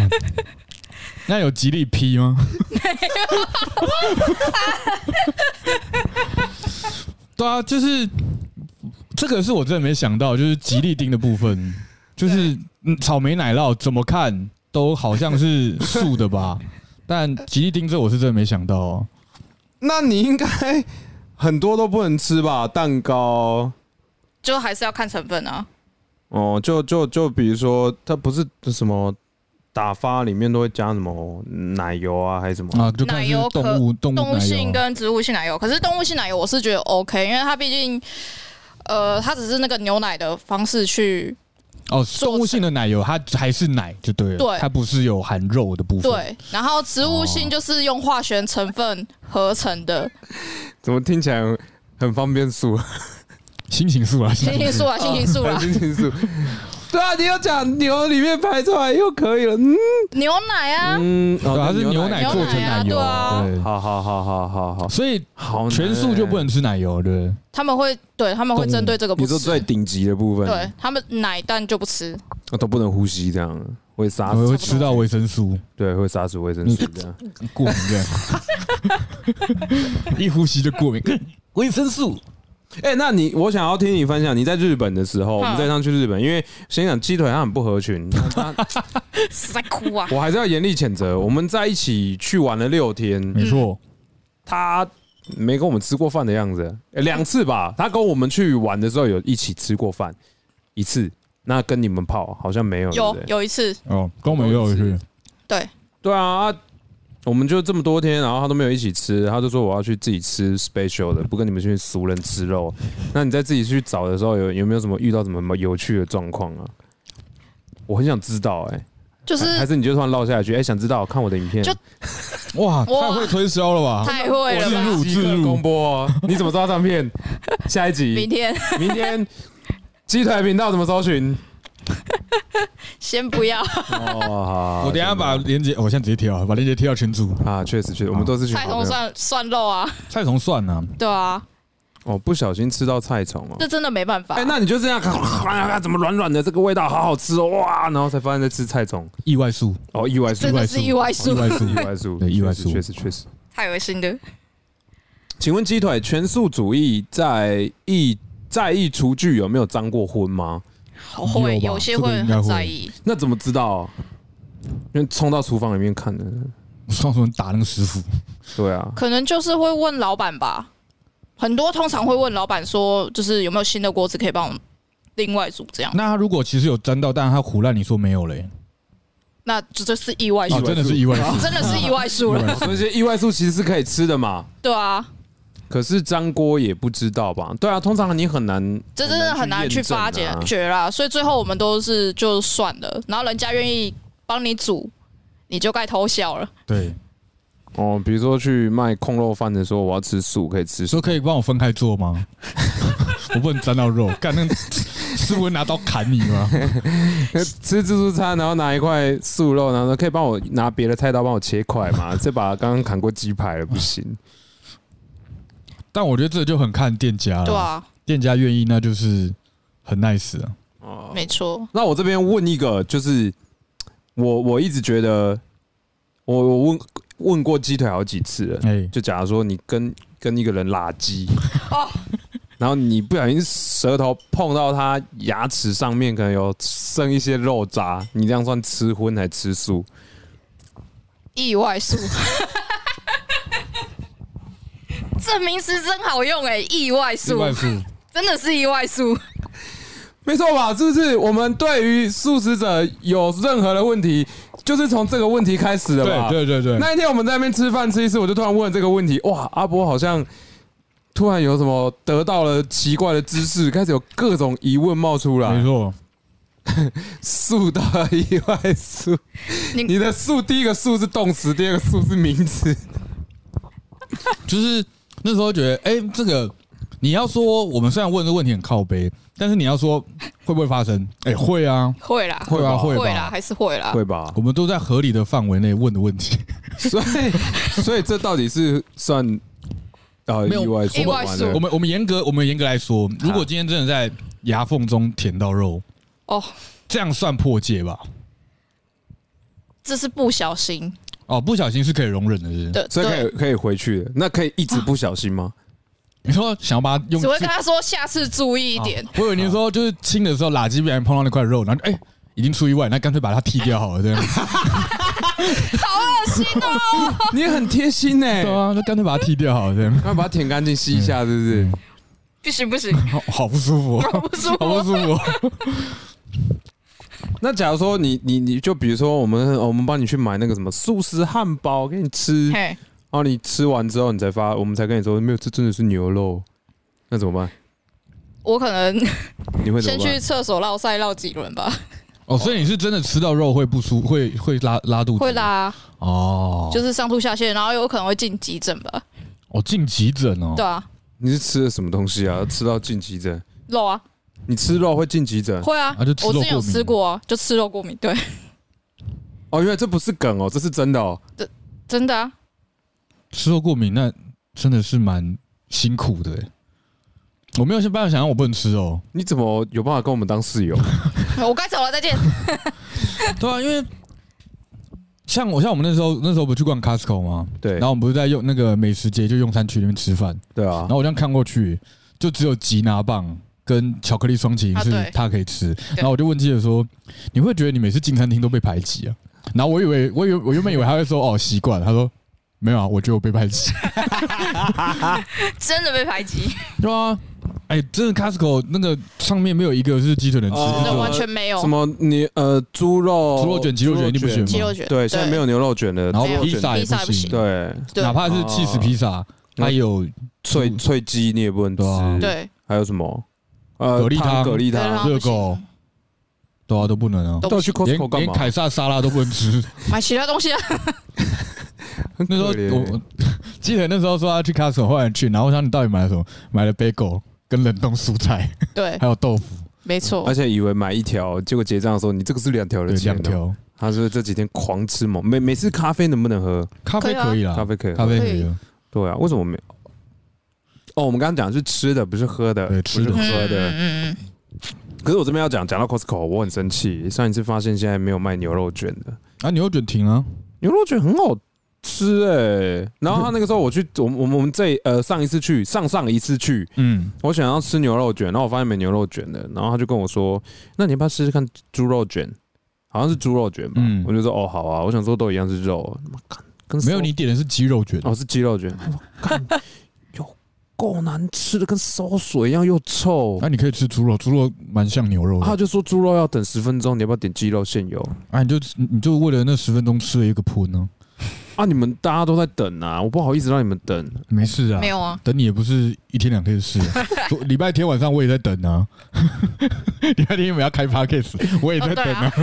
S2: 那有吉利 P 吗？对啊，就是这个是我真的没想到，就是吉利丁的部分，就是嗯草莓奶酪怎么看都好像是素的 吧？但吉利丁这我是真的没想到哦。
S1: 那你应该很多都不能吃吧？蛋糕
S3: 就还是要看成分啊。
S1: 哦，就就就比如说，它不是什么打发里面都会加什么奶油啊，还是什么？
S2: 啊，就看
S3: 奶
S2: 是
S3: 油可
S2: 动物动
S3: 动
S2: 物
S3: 物
S2: 奶
S3: 性
S2: 油啊，
S3: 跟植物性奶油，可是动物性奶油我是觉得 OK，因为它毕竟，呃，它只是那个牛奶的方式去
S2: 哦，
S3: 做
S2: 动物性的奶油它还是奶就对了，
S3: 对
S2: 它不是有含肉的部分。，
S3: 对，然后植物性就是用化学成分合成的，
S1: 怎么听起来很方便素？
S2: 心情素啊，
S3: 星星素啊，星星素啊，
S1: 心情素。 对啊，你要讲牛里面排出来又可以了。嗯
S3: 牛奶啊，
S1: 嗯，
S2: 对，
S1: 哦
S2: 它是牛
S3: 牛奶
S2: 做成奶油，
S3: 对啊
S2: 对，
S1: 好好好好好好，
S2: 所以
S1: 好难
S2: 全素就不
S1: 欸。
S2: 能吃奶油，对不对？
S3: 他们会对他们会
S2: 动物
S3: 针对这个不
S1: 你说
S3: 吃，
S1: 最嗯顶级的部分，
S3: 对，他们奶蛋就不吃，
S1: 哦都不能呼吸，这样会杀
S2: 我
S1: 死，
S2: 会吃到维生素
S1: 对，会杀死维生素这样。
S2: 过敏这样， 一呼吸就过敏。维生素
S1: 哎、那你我想要听你分享，你在日本的时候，我们
S3: 嗯
S1: 这一趟去日本，因为先讲鸡腿它很不合群，它它，
S3: 是在哭啊
S1: 我还是要严厉谴责。我们在一起去玩了六天，
S2: 没错，
S1: 他没跟我们吃过饭的样子，呃两、次吧。他跟我们去玩的时候有一起吃过饭一次，那跟你们泡好像没有，对
S3: 有
S1: 不对
S3: 有一次，
S2: 哦，跟我们也有去，
S3: 对，
S1: 对啊，啊我们就这么多天，然后他都没有一起吃，他就说我要去自己吃 special 的，不跟你们去熟人吃肉。那你在自己去找的时候，有有没有什么遇到什么有趣的状况啊？我很想知道、哎，
S3: 就
S1: 还还
S3: 是
S1: 是你就突然落下去，哎、想知道，看我的影片，
S3: 就
S2: 哇，
S3: 哇
S2: 太会推销了吧？
S3: 太会了吧，
S2: 入
S1: 即刻
S2: 自入
S1: 公播哦、 你怎么抓照 片？下一集
S3: 啊明天
S1: 明天鸡腿频道怎么搜寻？
S3: 先不要，
S1: 哦，
S2: 我等一下把链接，我现在直接贴啊，把链接贴到群组。
S1: 啊，确实确实，我们都是群
S3: 菜
S1: 好
S3: 头
S1: 朋友。
S3: 蒜蒜肉啊，
S2: 菜虫算了，
S3: 对啊，
S1: 哦，不小心吃到菜虫哦。
S3: 这真的没办法
S1: 哎，，那你就这样， 怎么软软的，这个味道好好吃哦，哇！然后才发现在吃菜虫，
S2: 意外素，
S1: 哦，意外素
S3: 真，的是意外
S2: 意
S3: 素，
S2: 外素
S1: 意，外素，
S2: 对意外素
S1: 确实确实确实。
S3: 太恶心的。
S1: 请问鸡腿全素主义在意在意厨具有没有沾过荤吗？
S3: 好会，
S2: 有吧
S3: 有些
S2: 这个
S3: 会
S2: 应该
S3: 很
S2: 会
S3: 在意。
S1: 那怎么知道？因为冲到厨房里面看的，
S2: 双手打那个师傅，
S1: 对啊，
S3: 可能就是会问老板吧。很多通常会问老板说，就是有没有新的锅子可以帮我们另外煮这样，
S2: 那他如果其实有沾到，但他胡乱你说没有嘞，
S3: 那这就是啊意外
S2: 哦，
S3: 数，
S2: 真的是意外素，
S3: 真的是意外数
S2: 意
S3: 了
S2: 外，
S1: 所以这些意外素其实是可以吃的嘛。
S3: 对啊，
S1: 可是粘锅也不知道吧？对啊，通常你很难，
S3: 这真的很难去
S1: 验证啊
S3: 发解决啦，所以最后我们都是就算了，然后人家愿意帮你煮，你就该偷笑了，
S2: 对，
S1: 哦。比如说去卖控肉饭的时候，我要吃素，可以吃
S2: 你
S1: 素。
S2: 说可以帮我分开做吗？ 我不能沾到肉，干那个师傅会拿刀砍你吗？
S1: 吃自助餐，然后拿一块素肉，然后说可以帮我拿别的菜刀帮我切块嘛？ 这把刚刚砍过鸡排了，不行。
S2: 但我觉得这就很看店家了，
S3: 对啊，
S2: 店家愿意那就是很 nice 啊。
S1: 哦，
S3: 没错，
S1: 那我这边问一个，就是我我一直觉得，我我问问过鸡腿好几次了，
S2: 哎，
S1: 就假如说你跟跟一个人拉鸡，
S3: 哦
S1: 然后你不小心舌头碰到他牙齿上面，可能有剩一些肉渣，你这样算吃荤还吃素？
S3: 意外数。这名词真好用哎、意外
S2: 意
S3: 数
S2: 外素，
S3: 真的是意外数，
S1: 没错吧？是不是？我们对于素食者有任何的问题，就是从这个问题开始的吧？
S2: 对对对对，
S1: 那一天我们在那边吃饭吃一次，我就突然问了这个问题，哇，阿波好像突然有什么得到了奇怪的知识，开始有各种疑问冒出
S2: 没
S1: 来。
S2: 错，
S1: 素的意外素，
S3: 你
S1: 你的素第一个素是动词，第二个素是名词。
S2: 就是那时候觉得，哎，这个你要说我们虽然问这个问题很靠背，但是你要说会不会发生？ 哎，会啊，
S3: 会啦，
S2: 会吧，
S1: 吧
S2: 会
S3: 啦，
S2: 吧，
S3: 还是会啦，
S1: 会吧？
S2: 我们都在合理的范围内问的问 题。
S1: 所以，所以这到底是算呃
S2: 没有
S1: 意外素
S3: 意外
S1: 吗
S3: 素
S2: 我们我们严格我们严格来说，如果今天真的在牙缝中舔到肉，
S3: 哦，
S2: 这样算破戒吧？
S3: 这是不小心
S2: 哦，不小心是可以容忍的，是不是
S3: 的，
S1: 所以可
S3: 对，
S1: 以可以回去的，那可以一直不小心吗？
S2: 你说想要把它用
S3: 只会跟他说下次注意一点
S2: 哦。我以为你说就是清的时候，垃圾不小心碰到那块肉，然后就哎、已经出意外，那干脆把它剃掉好了， 这样。
S3: 啊好恶心哦！
S1: 你也很贴心呢、
S2: 对啊，那干脆把它剃掉好了，这样。
S1: 快把它舔干净，吸一下，是 不
S2: 嗯
S1: 是？
S3: 不行不行，
S2: 好好不舒服哦，
S3: 好不舒服
S2: 好不舒服哦。
S1: 那假如说你你你就比如说我们呃我们帮你去买那个什么素食汉堡给你吃，然
S3: 嘿，
S1: 后你吃完之后你才发，我们才跟你说没有，这真的是牛肉，那怎么办？
S3: 我可能
S1: 你会怎
S3: 先
S1: 么
S3: 去
S1: 办？
S3: 厕所绕赛绕几轮吧，
S2: 哦，所以你是真的吃到肉会不舒，会会拉拉肚子，
S3: 会拉，
S2: 哦，
S3: 就是是上吐下泻，然后有可能会进急诊吧。
S2: 哦进急诊哦，
S3: 对啊，
S1: 你是吃了什么东西啊？吃到进急诊？
S3: 肉啊，
S1: 你吃肉会进急诊？
S3: 会啊，
S2: 啊就吃肉
S3: 我之前有
S2: 过敏
S3: 吃过啊，就吃肉过敏，对，
S1: 哦，原来这不是梗哦，这是真的哦。
S3: 真的啊。
S2: 吃肉过敏那真的是蛮辛苦的欸。我没有办法想象我不能吃哦，
S1: 你怎么有办法跟我们当室友？
S3: 我该走了，再见。
S2: 对啊，因为像我像我们那时候那时候不去逛 Costco 吗？
S1: 对啊
S2: 然后我们不是在用那个美食街就用餐区里面吃饭，
S1: 对啊
S2: 然，后我这样看过去，就只有吉拿棒跟巧克力双淇淋
S3: 啊
S2: 是
S3: 对
S2: 他可以吃。然后我就问记者说：“你会觉得你每次进餐厅都被排挤啊？”然后我以为我以为我原本以为他会说：“哦，习惯了。”他说：“没有啊，我觉得我被排 挤。
S3: 真的被排挤，”
S2: 对啊， 哎、真的 Costco 那个上面没有一个是鸡腿能吃，
S1: 哦
S2: 就
S3: 真
S2: 只
S3: 的
S2: 有
S3: 完全没有
S1: 什。么你呃猪肉
S2: 猪肉卷鸡肉卷一定不选吗
S3: 鸡肉卷
S1: 对，现在没有牛肉卷了，
S2: 然后
S1: 猪肉
S2: 披
S1: 卷
S2: 萨也
S3: 披萨也
S2: 不
S3: 不
S2: 行
S3: 行，
S1: 对
S3: 对
S2: 哪怕是
S1: 哦
S2: cheese 披萨，它也有
S1: 脆
S2: 嗯
S1: 脆鸡你也不能
S2: 对啊
S1: 吃，
S3: 对，
S1: 还有什么？呃，
S2: 蛤蜊汤
S1: 蛤蜊
S3: 对
S1: 汤
S3: 啊，
S2: 热
S3: 不行
S2: 狗，对啊，都不能啊。
S3: 都
S1: 到
S3: 不
S1: 底去
S3: 行
S1: Costco
S2: 连
S1: 干
S2: 连
S1: 嘛？
S2: 凯撒沙拉都不能吃。
S3: 买其他东西啊。
S1: 很
S2: 那时
S1: 可
S2: 候
S1: 怜
S2: 我我 记得那时候说要去 Costco，后来去，然后我想你到底买了什么？买了 bagel 跟冷冻蔬菜，
S3: 对，
S2: 还有豆腐，
S3: 没错
S1: 而。且以为买一条，结果结账的时候你这个是两条的
S2: 对，
S1: 钱哦
S2: 两。条。
S1: 他是这几天狂吃猛，每每次咖啡能不能喝？
S2: 咖啡
S3: 可以啊
S2: 可以啦，
S1: 咖啡可以喝。
S2: 咖啡可
S3: 可以
S2: 以啊。
S1: 对啊，为什么没？哦，我们刚刚讲的是吃的，不是喝的，
S2: 对
S1: 不
S2: 吃
S1: 是
S2: 的
S1: 喝的。
S3: 嗯嗯嗯，
S1: 可是我这边要讲，讲到 Costco，我很生气。上一次发现现在没有卖牛肉卷的，
S2: 啊，牛肉卷停啊，
S1: 牛肉卷很好吃哎、然后他那个时候我去，我们我们我们这呃上一次去，上上一次去，
S2: 嗯，
S1: 我想要吃牛肉卷，然后我发现没牛肉卷的，然后他就跟我说：“那你要不要试试看猪肉卷？好像是猪肉卷吧？”
S2: 嗯
S1: 我就说：“哦，好啊。”我想说都一样是肉，妈干跟
S2: 没有
S1: 馊
S2: 你点的是鸡肉卷，
S1: 哦是鸡肉卷，我干有够难吃的，跟烧水一样又臭。
S2: 啊那你可以吃猪肉，猪肉蛮像牛肉
S1: 他
S2: 的。
S1: 就说猪肉要等十分钟，你要不要点鸡肉现油？
S2: 啊，你就你就为了那十分钟吃了一个喷呢，
S1: 啊，你们大家都在等啊，我不好意思让你们等。
S2: 没事啊
S3: 没。有啊，
S2: 等你也不是一天两天的 事，昨礼拜天晚上我也在等啊， 礼拜天我们要开 podcast，我也在
S3: 哦对
S2: 等啊
S3: 啊。，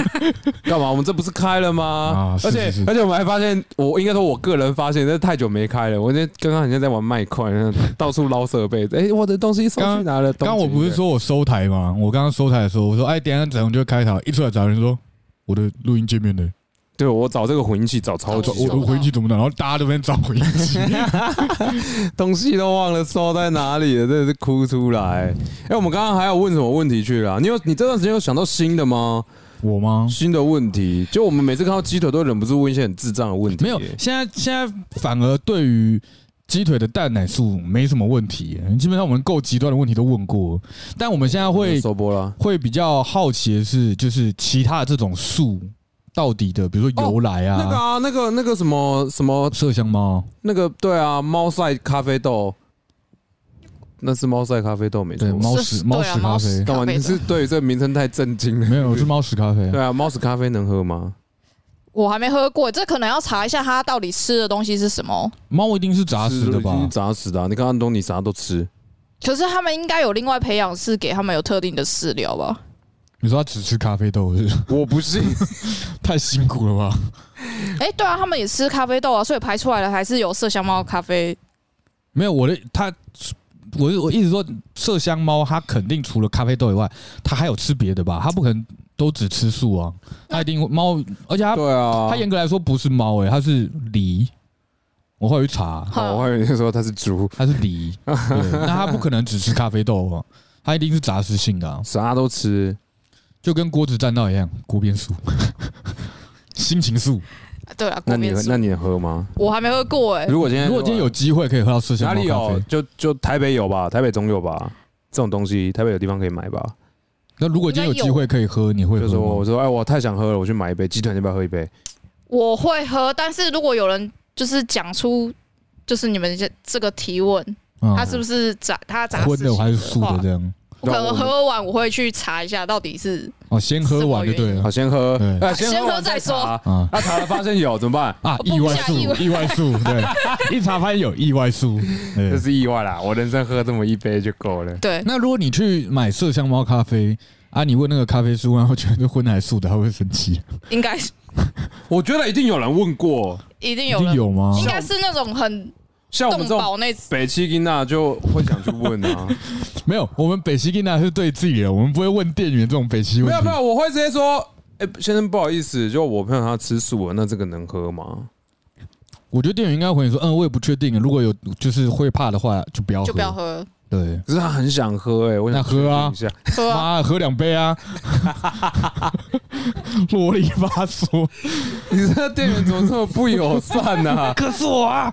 S1: 干嘛？我们这不是开了吗？
S2: 啊是
S1: 而且
S2: 是是
S1: 而且我们还发现，我应该说我个人发现，这太久没开了。我那刚刚好像在玩麦块，到处捞设备。哎、我的东西收去哪了？
S2: 刚刚
S1: 东西
S2: 我不是说我收台吗？我刚刚收台的时候，我说哎，等一下怎样就开台，一出来找人说我的录音界面呢？
S1: 对我找这个混音器找超久
S2: 我，我
S3: 收不到
S2: 回去怎么弄？然后大家都在找 回去，
S1: 东西都忘了收在哪里了，真的是哭出来。哎、我们刚刚还要问什么问题去了？你有你这段时间有想到新的吗？
S2: 我吗？
S1: 新的问题，就我们每次看到鸡腿都忍不住问一些很智障的问题、
S2: 没有，现在现在反而对于鸡腿的蛋奶素没什么问题，基本上我们够极端的问题都问过，但我们现在会
S1: 收播了。
S2: 会比较好奇的是，就是其他这种素到底的，比如说由来
S1: 那个
S2: 啊，
S1: 啊，那个那个什么什么
S2: 麝香猫，
S1: 那个对啊，猫晒咖啡豆，那是猫晒咖啡豆没错
S2: 对。猫
S3: 是
S2: 屎
S3: 是
S2: 猫
S3: 对啊
S2: 屎咖
S3: 猫屎
S2: 啡，
S1: 干嘛？
S3: 咖啡
S1: 你
S3: 豆
S1: 是对这个名称太震惊了。
S2: 没有是猫屎咖啡啊，
S1: 对啊，猫屎咖啡能喝吗？
S3: 我还没喝过，这可能要查一下他到底吃的东西是什么。
S2: 猫一定是砸死的
S1: 吃已
S2: 吧
S1: 经？砸死的啊、你看安东尼啥都吃，
S3: 可是他们应该有另外培养室给他们有特定的饲料吧？
S2: 你说它只吃咖啡豆是不是
S1: 我不信。
S2: 太辛苦了吧？
S3: 哎、对啊，他们也吃咖啡豆啊，所以排出来的还是有麝香猫咖啡。
S2: 没有，我的它，我我一直说麝香猫，它肯定除了咖啡豆以外，它还有吃别的吧？它不可能都只吃素啊，它一定会猫，而且 它
S1: 对啊，
S2: 它严格来说不是猫诶、它是梨。我后来去查，
S1: 好，我还有人说他是猪，
S2: 它是梨， 对那它不可能只吃咖啡豆啊，它一定是杂食性的啊、
S1: 啥都吃。
S2: 就跟锅子蘸道一样，锅边素，心情素，
S3: 对啊，
S1: 那
S3: 锅
S1: 你
S3: 面
S1: 喝
S3: 素
S1: 那你喝吗？
S3: 我还没喝过哎、
S1: 如果今天
S2: 如果今天有机会可以喝到四神
S1: 啊哪里
S2: 猫咖
S1: 有
S2: 啡，
S1: 就就台北有吧，台北总有吧，这种东西台北有地方可以买吧。
S2: 那如果今天有机会可以喝，你会
S1: 就说
S2: 喝
S1: 我
S2: 吗？
S1: 说哎，我太想喝了，我去买一杯鸡腿，要不要喝一杯？
S3: 我会喝，但是如果有人就是讲出就是你们这这个提问，
S2: 嗯
S3: 他是不是杂他杂
S2: 荤的
S3: 事
S2: 还是
S3: 情
S2: 素
S3: 话
S2: 的这样？
S3: 我可
S1: 对啊
S3: 能
S1: 我
S3: 喝完我会去查一下到底是
S2: 哦，先喝完就对
S1: 好，
S2: 了
S1: 先喝，
S2: 对
S1: 哎
S3: 先喝
S1: 完
S3: 再说
S1: 查
S2: 啊
S1: 那查了发现有怎么办？
S2: 啊！
S3: 蹦
S2: 意外
S3: 下
S2: 素
S3: 意外，
S2: 意外素，对，一查发现有意外素， 对
S1: 这。是意外啦，我人生喝这么一杯就够了。
S3: 对
S2: 那如果你去买麝香猫咖啡啊，你问那个咖啡师，然后全是荤的还是素的，他会生气？
S3: 应该是
S1: 我觉得一定有人问过，
S3: 一定
S2: 一
S3: 有人
S2: 定有吗？
S1: 哦
S3: 应该是那种很
S1: 像我们
S3: 动
S1: 这种
S3: 保那
S1: 北七金娜就会想去问 啊。
S2: 没有，我们北西吉娜是对自己人，我们不会问店员这种北西问
S1: 没有
S2: 题。
S1: 没有，我会直接说，哎、先生不好意思，就我朋友他吃素了，那这个能喝吗？
S2: 我觉得店员应该回你说，嗯，我也不确定，如果有就是会怕的话，就不要喝，
S3: 就不要。喝，
S2: 对，
S1: 可是他很想喝、哎，我想
S2: 那喝啊
S1: 确定一下，
S3: 喝啊，
S2: 妈，喝两杯啊！ 啰里吧嗦，
S1: 你这店员怎么这么不友善呢、 啊？
S2: 可是我啊，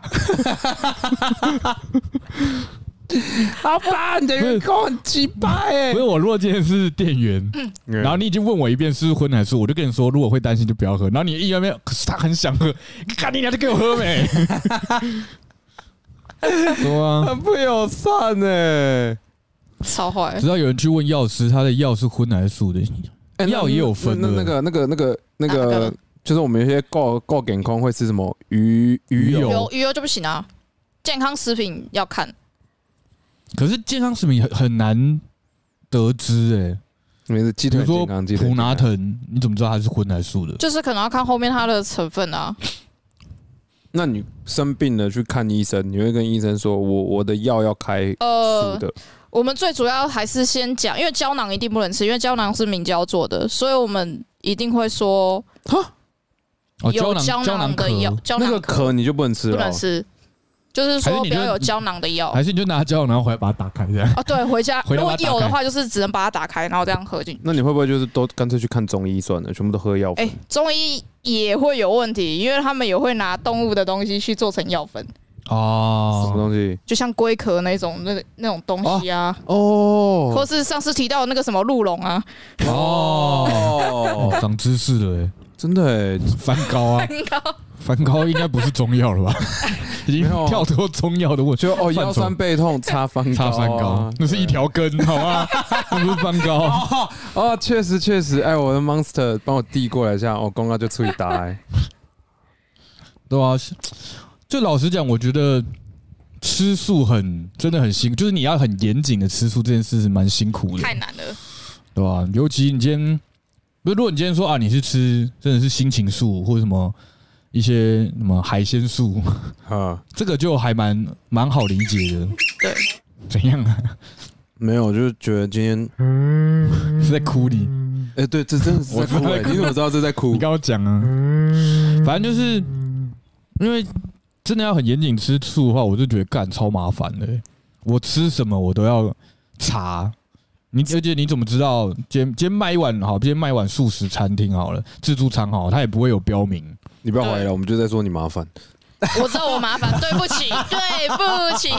S1: 老板，你的员工很鸡巴 哎
S2: 不是我。如果今天是店员，然后你已经问我一遍是荤还是素，我就跟你说，如果会担心就不要喝。然后你一外面，可是他很想喝，赶紧娘就给我喝没？ 对啊，
S1: 很不友善哎、
S3: 超坏
S2: 直。到有人去问药师，他的药是荤还是素的，
S1: 哎那
S2: 药也有分
S1: 那那
S2: 对不
S1: 那个那个那个那
S3: 哪
S1: 个
S3: 啊个，
S1: 就是我们有些够够健康会吃什么鱼鱼
S2: 鱼
S1: 油
S2: 油
S3: 油鱼油就不行啊，健康食品要看，
S2: 可是健康食品很很难得知哎、
S1: 没事，鸡
S2: 比
S1: 腿很
S2: 如说
S1: 健康，鸡腿很啊
S2: 普
S1: 健康
S2: 拿藤，你怎么知道它是荤还是素的？
S3: 就是可能要看后面它的成分啊。
S1: 那你生病了去看医生，你会跟医生说我我的药要开素
S3: 呃，
S1: 的，
S3: 我们最主要还是先讲，因为胶囊一定不能吃，因为胶囊是明胶做的，所以我们一定会说
S2: 哦，胶
S3: 有
S2: 囊胶
S3: 囊
S2: 囊
S3: 的药
S2: 壳，，
S3: 胶
S1: 那
S3: 囊
S1: 个壳你就不能吃
S3: 不
S1: 了
S3: 能
S1: 哦。
S3: 吃，就是
S2: 还
S3: 说
S2: 是
S3: 不
S2: 你就
S3: 要有胶囊的药。
S2: 还是你就拿胶囊，然后回来把它打开这样？
S3: 哦，对，回家
S2: 回
S3: 如
S2: 家
S3: 果
S2: 把它打
S3: 有的
S2: 开
S3: 话，就是只能把它打开，然后这样喝进去。
S1: 那你会不会就是都干脆去看中医算了，全部都喝药
S3: 哎、
S1: 粉？
S3: 中医也会有问题，因为他们也会拿动物的东西去做成药粉，
S1: 什么
S2: 哦，
S1: 东西？
S3: 就像龟壳那种那那种东西啊，
S1: 哦
S3: 或是上次提到的那个什么鹿茸 啊，
S2: 哦
S1: 哦，，
S2: 长知识了、欸，
S1: 真的哎，
S2: 翻高啊，翻高应该不是中药了吧？已经
S1: 没有啊
S2: 跳脱中药的问题，
S1: 就哦
S2: 范畴
S1: 腰酸背痛擦翻膏
S2: 擦
S1: 啊
S2: 翻高，那是一条根，好吗？那不是翻高，
S1: 哦，确实确实，哎，我的 Monster 帮我递过来一下，我刚刚就出一打哎，
S2: 对啊。是就老实讲，我觉得吃素很真的很辛苦，就是你要很严谨的吃素这件事是蛮辛苦的，
S3: 太难了。
S2: 对吧、尤其你今天，不是如果你今天说啊，你是吃真的是心情素或者什么一些什么海鲜素，
S1: 啊，
S2: 这个就还蛮蛮好理解的。
S3: 对，
S2: 怎样啊？
S1: 没有，就是觉得今 天，嗯
S2: 是在哭你？
S1: 哎，对，这真的是在哭哎，你怎么知道这在哭
S2: 你？跟我讲啊，反正就是因为真的要很严谨吃醋的话，我就觉得干超麻烦的欸、我吃什么我都要查。你而且你怎么知道今天今天卖一碗好，今天卖一碗素食餐厅好了，自助餐好了，它也不会有标明。
S1: 你不要怀疑了，我们就在说你麻烦。
S3: 我知道我麻烦，对不 起，对不起。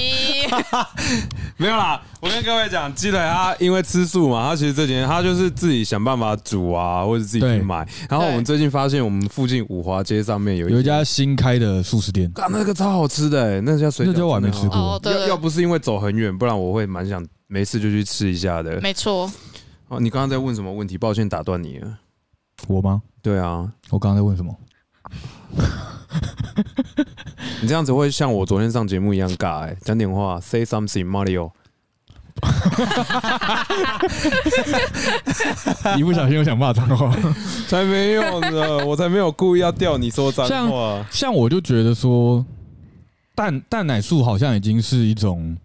S1: 没有啦，我跟各位讲，鸡腿他因为吃素嘛，他其实这几年他就是自己想办法煮啊，或者自己去
S2: 对
S1: 买。然后我们最近发现，我们附近五华街上面有
S2: 有
S1: 一
S2: 一家，新开的素食店，
S1: 干那个超好吃的、欸，那家水饺
S2: 那家我还没
S1: 真的
S2: 吃
S1: 好
S2: 过
S3: 哦，对
S1: 要要
S3: 对，
S1: 不是因为走很远，不然我会蛮想没事就去吃一下的。
S3: 没错，
S1: 哦，你刚刚在问什么问题？抱歉打断你了。
S2: 我吗？
S1: 对啊，
S2: 我刚刚在问什么？
S1: 你这样子会像我昨天上节目一样尬、欸，讲点话，say something Mario。
S2: 一不小心又想骂脏话。
S1: 才没有呢，我才没有故意要吊你说脏
S2: 像
S1: 话。
S2: 像我就觉得说，蛋蛋奶素好像已经是一种，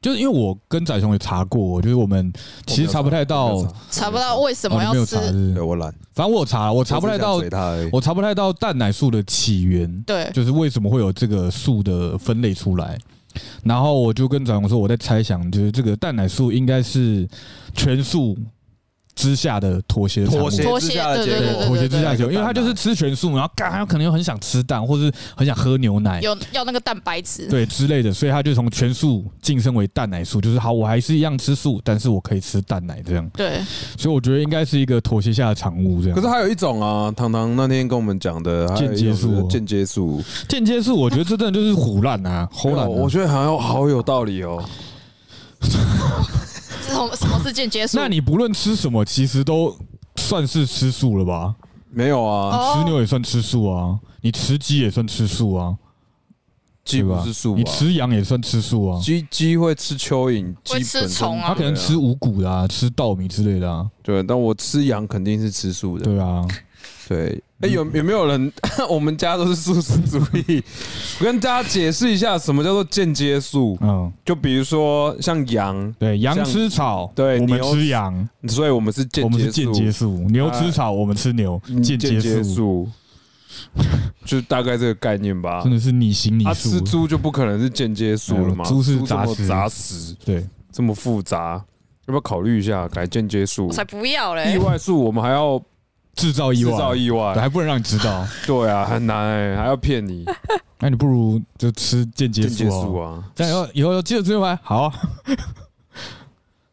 S2: 就是因为我跟仔雄也查过，就是我们其实查不太到，
S1: 我没有
S2: 哦
S1: 查
S3: 查不到为什么
S2: 你
S3: 要
S2: 没有
S3: 吃
S2: 查，是不是
S1: 对我懒，
S2: 反正我有查了，我查不太到
S1: 我只，想嘴他而已。
S2: 我查不太到蛋奶素的起源，
S3: 对，
S2: 就是为什么会有这个素的分类出来。然后我就跟仔雄说，我在猜想，就是这个蛋奶素应该是全素之下的妥协产物，
S1: 妥协
S3: 脱
S1: 之
S3: 鞋
S1: 下的结
S3: 对对
S1: 果，
S3: 对
S2: 妥协之下的结果，因为他就是吃全素，然后干，他可能又很想吃蛋，或是很想喝牛奶，
S3: 有要那个蛋白 质，
S2: 对之类的，所以他就从全素晋升为蛋奶素，就是好，我还是一样吃素，但是我可以吃蛋奶这样。
S3: 对，
S2: 所以我觉得应该是一个妥协下的产物这样。
S1: 可是还有一种啊，糖糖那天跟我们讲的还有一种
S2: 间接素
S1: 是间接素，
S2: 间接素，我觉得这真的就是胡乱 啊，胡乱、
S1: 哦我
S2: 啊。
S1: 觉得好像好有道理哦。
S3: 这种什么事件结束？
S2: 那你不论吃什么，其实都算是吃素了吧？
S1: 没有啊，
S3: 哦
S2: 吃牛也算吃素啊，你吃鸡也算吃素啊，
S1: 鸡
S2: 对
S1: 不
S2: 吧
S1: 是素吧
S2: 你？吃羊也算吃素啊。
S1: 鸡鸡会吃蚯蚓，鸡
S3: 会吃
S1: 本身
S3: 虫啊
S2: 他可能吃五谷的啊，吃稻米之类的啊，
S1: 对，但我吃羊肯定是吃素的。
S2: 对啊，
S1: 对，哎，有有没有人？ 我们家都是素食主义。我跟大家解释一下，什么叫做间接素？
S2: 嗯，
S1: 就比如说像羊，
S2: 对，羊
S1: 像
S2: 吃草，
S1: 对
S2: 我们
S1: 牛
S2: 吃羊，
S1: 所以我们是间
S2: 我们是
S1: 接
S2: 间
S1: 素。哎嗯
S2: 接素，牛吃草，我们吃牛，间
S1: 接
S2: 接素，
S1: 素，就大概这个概念吧
S2: 真。的是你行你
S1: 啊，吃
S2: 素，
S1: 猪就不可能是间接素了嘛？
S2: 嗯猪是
S1: 这
S2: 杂
S1: 么
S2: 食
S1: 杂食，
S2: 对，
S1: 这么复杂，要不要考虑一下改间接素
S3: 我？才不要嘞
S1: 意！外素我们还要
S2: 制造哦意
S1: 制
S2: 外，
S1: 造意
S2: 对
S1: 外，
S2: 还不能让你知道，
S1: 对啊，很难哎，还要骗你
S2: 那你不如就吃间接
S1: 间接
S2: 素
S1: 素
S2: 啊，
S1: 啊，
S2: 这样以后以后要记得吃牛排，好啊，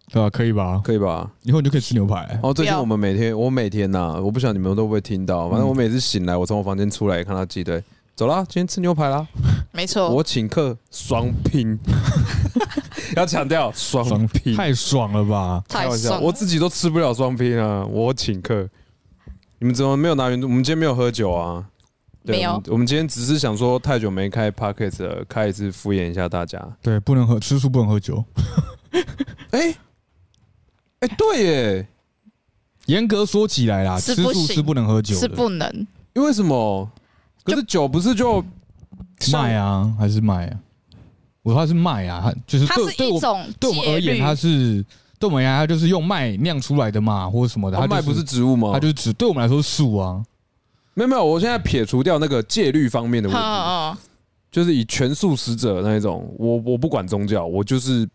S2: 对吧？可以吧？
S1: 可以吧？
S2: 以后你就可以吃牛排，
S1: 哦，最近
S3: 不要
S1: 我们每天，我每天呐，我不晓得你们会不会听到，反正
S2: 嗯
S1: 我每次醒来，我从我房间出来看到鸡腿，走啦，今天吃牛排啦，
S3: 没错，
S1: 我请客双 拼，要强调双拼，
S2: 太爽了吧？
S3: 太
S1: 开玩笑，
S3: 爽，
S1: 我自己都吃不了双拼啊，我请客。你们怎么没有拿圆珠？我们今天没有喝酒啊，对
S3: 没有
S1: 我们我们今天只是想说太久没开 p o c k e t 了，开一次敷衍一下大家。
S2: 对，不能喝吃素，不能喝酒。
S1: 哎、哎、对耶，
S2: 严格说起来啦，
S3: 是
S2: 吃
S3: 不
S2: 素
S3: 行
S2: 是不能喝酒
S3: 是
S2: 的，
S3: 不能
S1: 因为什么？可是酒不是就
S2: 卖
S1: 啊？
S2: 啊，还是卖啊？我说它是卖啊，它就是
S3: 它
S2: 对
S3: 是
S2: 对
S3: 一
S2: 我
S3: 种
S2: 对我们而
S3: 戒
S2: 言，
S3: 律
S2: 它是对我们而言，它就是用麦酿出来的嘛，或者什么的。它
S1: 它
S2: 就
S1: 哦卖不是植物吗？
S2: 它就是指对我们来说是素啊，
S1: 没有没有，我现在撇除掉那个戒律方面的
S3: 嗯
S1: 问题，
S3: 嗯，
S1: 就是以全素食者那一种，我我不管宗教，我就是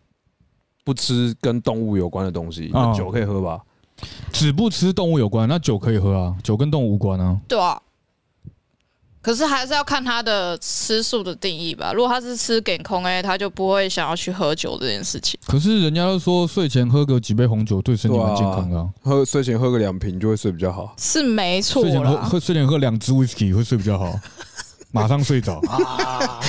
S1: 不吃跟动物有关的东西。那
S2: 哦
S1: 酒可以喝吧？
S2: 只不吃动物有关，那酒可以喝啊，酒跟动物无关啊。
S3: 对啊。可是还是要看他的吃素的定义吧。如果他是吃给空 A，他就不会想要去喝酒这件事情。
S2: 可是人家都说睡前喝个几杯红酒对身体蛮健康的、啊，
S1: 喝睡前喝个两瓶就会睡比较好。
S3: 是没错
S1: 啊
S2: 睡前喝
S3: 啦，
S2: 喝睡前喝两支 whisky 会睡比较好，马上睡着。
S1: 啊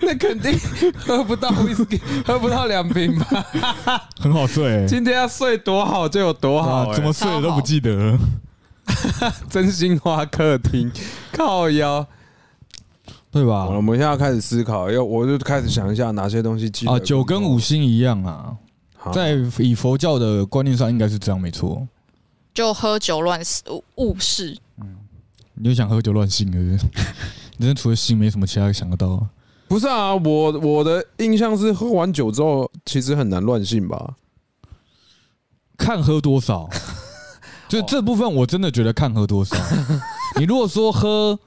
S1: 那肯定喝不到 whisky，喝不到两瓶吧？
S2: 很好睡、欸。
S1: 今天要睡多好就有多好、
S2: 啊
S1: 欸
S2: 怎么睡的都不记得了。
S1: 真心话客厅靠腰？
S2: 对吧
S1: 好了，？我们现在要开始思考，要我就开始想一下哪些东西记得
S2: 啊，酒跟五星一样啊，
S1: 好
S2: 在以佛教的观念上应该是这样，没错。
S3: 就喝酒乱世误事。
S2: 你就想喝酒乱性，是不是？ 你真的除了性没什么其他想得到、啊。
S1: 不是啊，我我的印象是喝完酒之后其实很难乱性吧？
S2: 看喝 多少，
S1: 哦
S2: 就这部分我真的觉得看喝多少。你如果说喝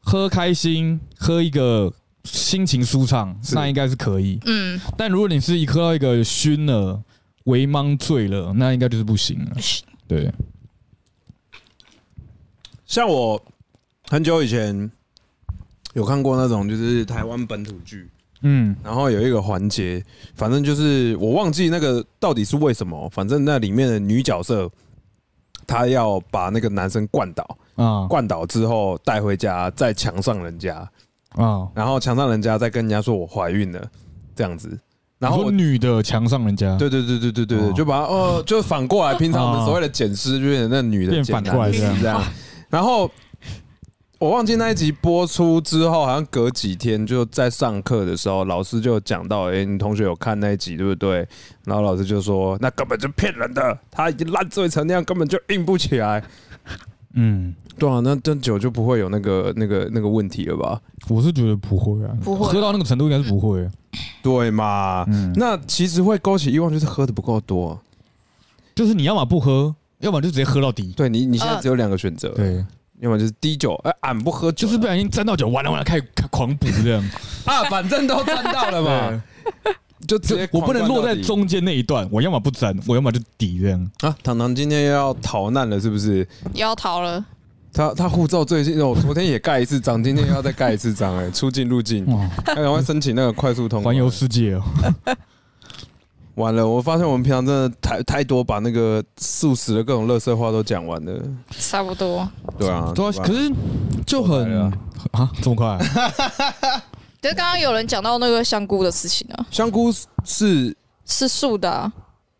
S2: 喝开心，喝一个心情舒畅，
S1: 是
S2: 那应该是可以。
S3: 嗯，
S2: 但如果你是一喝到一个熏了、微茫醉了，那应该就是不行了。对，
S1: 像我很久以前有看过那种就是台湾本土剧，
S2: 嗯，
S1: 然后有一个环节，反正就是我忘记那个到底是为什么，反正那里面的女角色，她要把那个男生灌倒，
S2: 啊
S1: 灌倒之后带回家，再强上人家，
S2: 啊，
S1: 然后强上人家，再跟人家说我怀孕了，这样子。然
S2: 然
S1: 后
S2: 后
S1: 我
S2: 女的强上人家，
S1: 对对对对对对对，
S2: 哦
S1: 就把她哦，就反过来，平常我们
S2: 哦
S1: 所谓的捡尸，就是那女的
S2: 变
S1: 捡
S2: 反
S1: 男
S2: 过来
S1: 尸
S2: 这样
S1: 这样。然后我忘记那一集播出之后，好像隔几天就在上课的时候，老师就讲到：“哎、你同学有看那一集对不对？”然后老师就说：“那根本就骗人的，他已经烂醉成那样，根本就硬不起来。
S2: 嗯，”
S1: 对啊，那这酒就不会有那个那个那个问题了吧？
S2: 我是觉得不会啊，
S3: 不会啊
S2: 喝到那个程度应该是不会。
S1: 对嘛？
S2: 嗯，
S1: 那其实会勾起欲望，就是喝的不够多。
S2: 就是你要么不喝，要么就直接喝到底。
S1: 对你，你现在只有两个选择，
S2: 对，
S1: 要么就是滴酒，哎、俺不喝酒
S2: 就
S1: 了，
S2: 是 不小心沾到酒，完了完了，开始狂补这样。
S1: 啊，反正都沾到了嘛。就直
S2: 就
S1: 接
S2: 我不
S1: 狂灌
S2: 能落在
S1: 到底
S2: 中间那一段，我要么不沾，我要么就底这样。
S1: 啊！糖糖今天要逃难了，是不是？
S3: 又要逃了。
S1: 他他护照最近，我哦昨天也盖一次章，今天要再盖一次章，哎， 出境入境，
S2: 哇，
S1: 他赶快申请那个快速通关
S2: 环游世界哦，
S1: 完了，我发现我们平常真的太太多把那个素食的各种垃圾话都讲完了。
S3: 差不多，
S1: 对啊，
S2: 对啊，
S1: 怎么办
S2: 可是就
S1: 我来
S2: 很
S1: 了
S2: 啊，这么快啊、
S3: 可是刚刚有人讲到那个香菇的事情啊，
S1: 香菇是
S3: 是素的啊、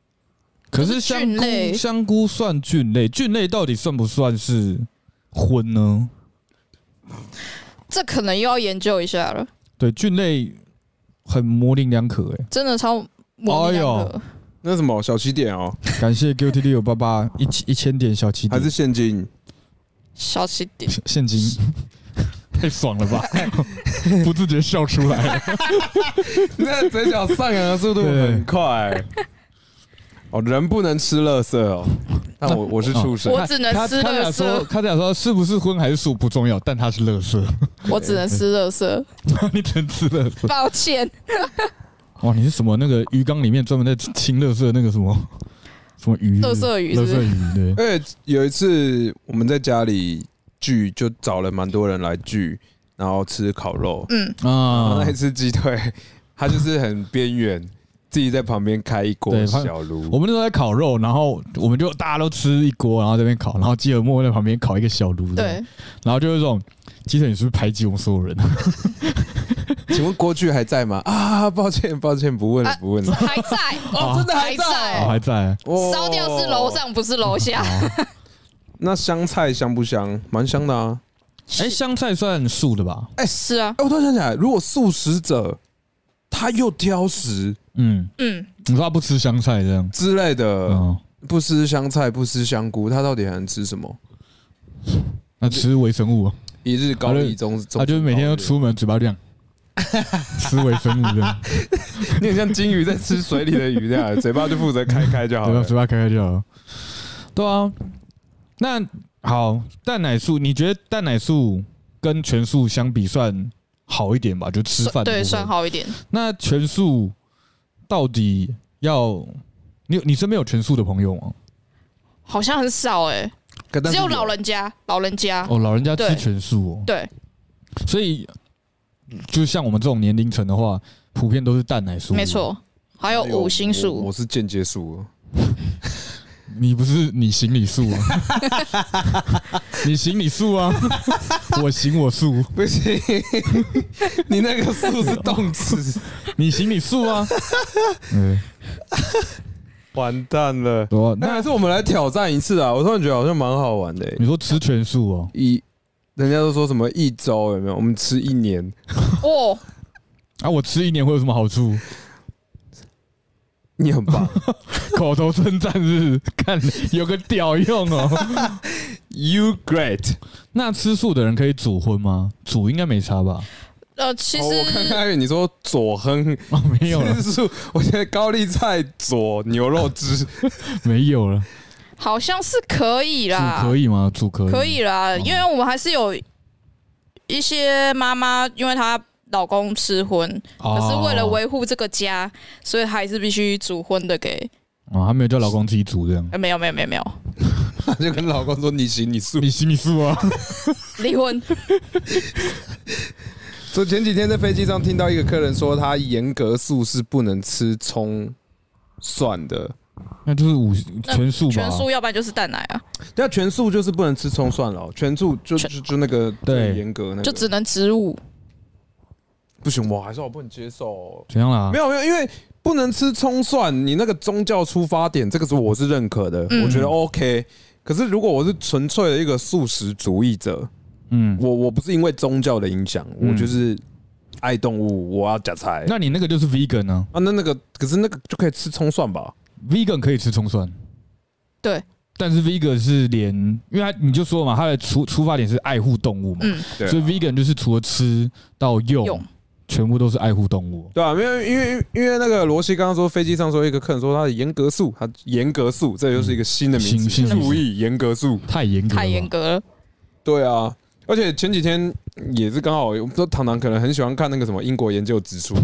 S2: 可
S3: 是
S2: 是香
S3: 菌类
S2: 菇香菇算菌类，菌类到底算不算是荤呢？
S3: 这可能又要研究一下了，
S2: 对，菌类很模棱两可 哎、
S3: 真的超模棱两可。
S1: 那什么小起点哦，
S2: 感谢 Guilty 六八八一千一千点小奇
S1: 还
S2: 点
S1: 是现金？
S3: 小气点，
S2: 现金， 太爽了吧！ 不自觉笑出来了。
S1: 那嘴角上扬的速度很快。哦，人不能吃垃圾 哦。但我我是畜生
S3: 我，只能
S2: 他
S3: 吃
S2: 他
S3: 垃
S2: 俩说，
S3: 圾，
S2: 他俩说是不是荤还是素不重要，但他是乐色，
S3: 我只能吃垃 圾，
S2: 你只能吃乐色。
S3: 抱歉。
S2: 哇，你是什么那个鱼缸里面专门在清乐色那个什么什么鱼？
S3: 垃圾鱼是
S2: 乐
S3: 不是
S2: 色鱼对。
S1: 而且有一次我们在家里聚，就找了蛮多人来聚，然后吃烤肉，
S3: 嗯，
S1: 然后
S2: 啊
S1: 那一，次鸡腿，他就是很边缘，自己在旁边开一锅
S2: 对他
S1: 小炉。
S2: 我们那时候在烤肉，然后我们就大家都吃一锅，然后这边烤，然后基尔莫在旁边烤一个小炉，，
S3: 对，
S2: 然后就有一种鸡腿，你是不是排挤我们所有人？
S1: 请问锅具还在吗？啊，抱歉，抱歉，不问了
S3: 啊，
S1: 不问了。
S3: 还在，
S1: 哦，真的还在
S3: 还
S2: 我
S1: 哦
S2: 还在，
S1: 哦
S3: 烧掉是楼。上，不是楼下。
S1: 那香菜香不香？蛮香的啊。
S2: 哎，香菜算素的吧？
S3: 是啊，
S1: 哎，我突然想起来，如果素食者他又挑食
S2: 嗯，
S3: 嗯，
S2: 你说他不吃香菜这样？
S1: 之类的，
S2: 嗯，
S1: 不吃香菜，不吃香菇，他到底还能吃什么？
S2: 那吃微生物啊，
S1: 一日高
S2: 他
S1: 丽
S2: 就
S1: 中，中
S2: 他就是每天都
S1: 高丽，
S2: 出门嘴巴这样 吃微生物这样，
S1: 你很像金鱼在吃水里的鱼那样，嘴巴就负责开开就好
S2: 对吧？啊
S1: 了。
S2: 嘴巴开开就好了。对啊，那好，蛋奶素，你觉得蛋奶素跟全素相比算好一点吧？就吃饭
S3: 算
S2: 的
S3: 对
S2: 部分
S3: 算。好一点。
S2: 那全素到底要你你身边有全素的朋友吗？
S3: 好像很少哎、
S1: 可但
S3: 只
S1: 是
S3: 有老人家，老人家，
S2: 哦，老人家
S3: 对
S2: 吃全素哦，
S3: 对，
S2: 所以就像我们这种年龄层的话，普遍都是蛋奶素。
S3: 没，错，还有
S1: 哎呦
S3: 五星
S1: 我
S3: 数
S1: 我，是间接哦数，
S2: 你不是你行你素啊，你行你素啊，我行我素，
S1: 不行， 你那个数是动 词，
S2: 你行你素啊。嗯，
S1: 完蛋了。
S2: 对啊
S1: 那还
S2: 那
S1: 是我们来挑战一次啊！我突然觉得好像蛮好玩的欸、
S2: 你说吃全素哦，
S1: 一人家都说什么一周有没有？我们吃一年，
S3: 哦，
S2: 啊，我吃一年会有什么好处？
S1: 你很棒
S2: 口头称赞是看有个屌用哦。
S1: ，You great！
S2: 那吃素的人可以煮荤吗？煮应该没差吧？
S3: 呃，其
S1: 哦，我看
S3: 实
S1: 看你说左哼
S2: 哦，没有了，
S1: 吃素，我觉得高丽菜左牛肉汁，
S2: 没有了。
S3: 好像是可以啦，
S2: 煮可以吗？煮可以，
S3: 可以啦，
S2: 哦
S3: 因为我们还是有一些妈妈，因为她老公吃荤，
S2: 哦。
S3: 可
S2: 可
S3: 是为了维护这个家，所以还是必须煮荤的给。
S2: 啊，她没有叫老公自己煮这 样。
S3: 呃没有没有没有没有，
S1: 她就跟老公说你行你素。
S2: 你行你素啊？
S3: 离 婚
S1: 所以前几天在飞机上听到一个客人说，他严格素是不能吃葱蒜的，
S2: 那就是五
S3: 那
S2: 全素吧？
S3: 全素，要不然就是蛋奶啊，
S1: 那全素就是不能吃葱蒜了哦，全素就
S3: 全
S1: 就就那个
S2: 对
S1: 最严格那个，
S3: 就只能植物。
S1: 不行，我还是好不能接受哦。
S2: 怎样啦？
S1: 没有没有，因为不能吃葱蒜，你那个宗教出发点，这个是我是认可的，
S3: 嗯
S1: 我觉得 OK。可是如果我是纯粹的一个素食主义者，
S2: 嗯，
S1: 我我不是因为宗教的影响，
S2: 嗯
S1: 我就是爱动物，我要夹菜。
S2: 那你那个就是 vegan 呢、
S1: 啊，那那个可是那个就可以吃葱蒜吧？
S2: 啊、？vegan 可以吃葱蒜，
S3: 对。
S2: 但是 vegan 是连，因为他你就说嘛，他的出出发点是爱护动物嘛，
S3: 嗯，
S1: 对啊
S2: 所以 vegan 就是除了吃到用，
S3: 用
S2: 全部都是爱护动物。
S1: 对啊，因为因为因为那个罗西刚刚说飞机上说一个客人说他的严格素，他严格素，这就是一个新的名
S2: 新
S1: 词，
S2: 新的名
S1: 注
S2: 词
S1: 意严格素。
S2: 太严格了吧，
S3: 太严格了。
S1: 对啊，而且前几天也是刚好，我们说糖糖可能很喜欢看那个什么英国研究指出，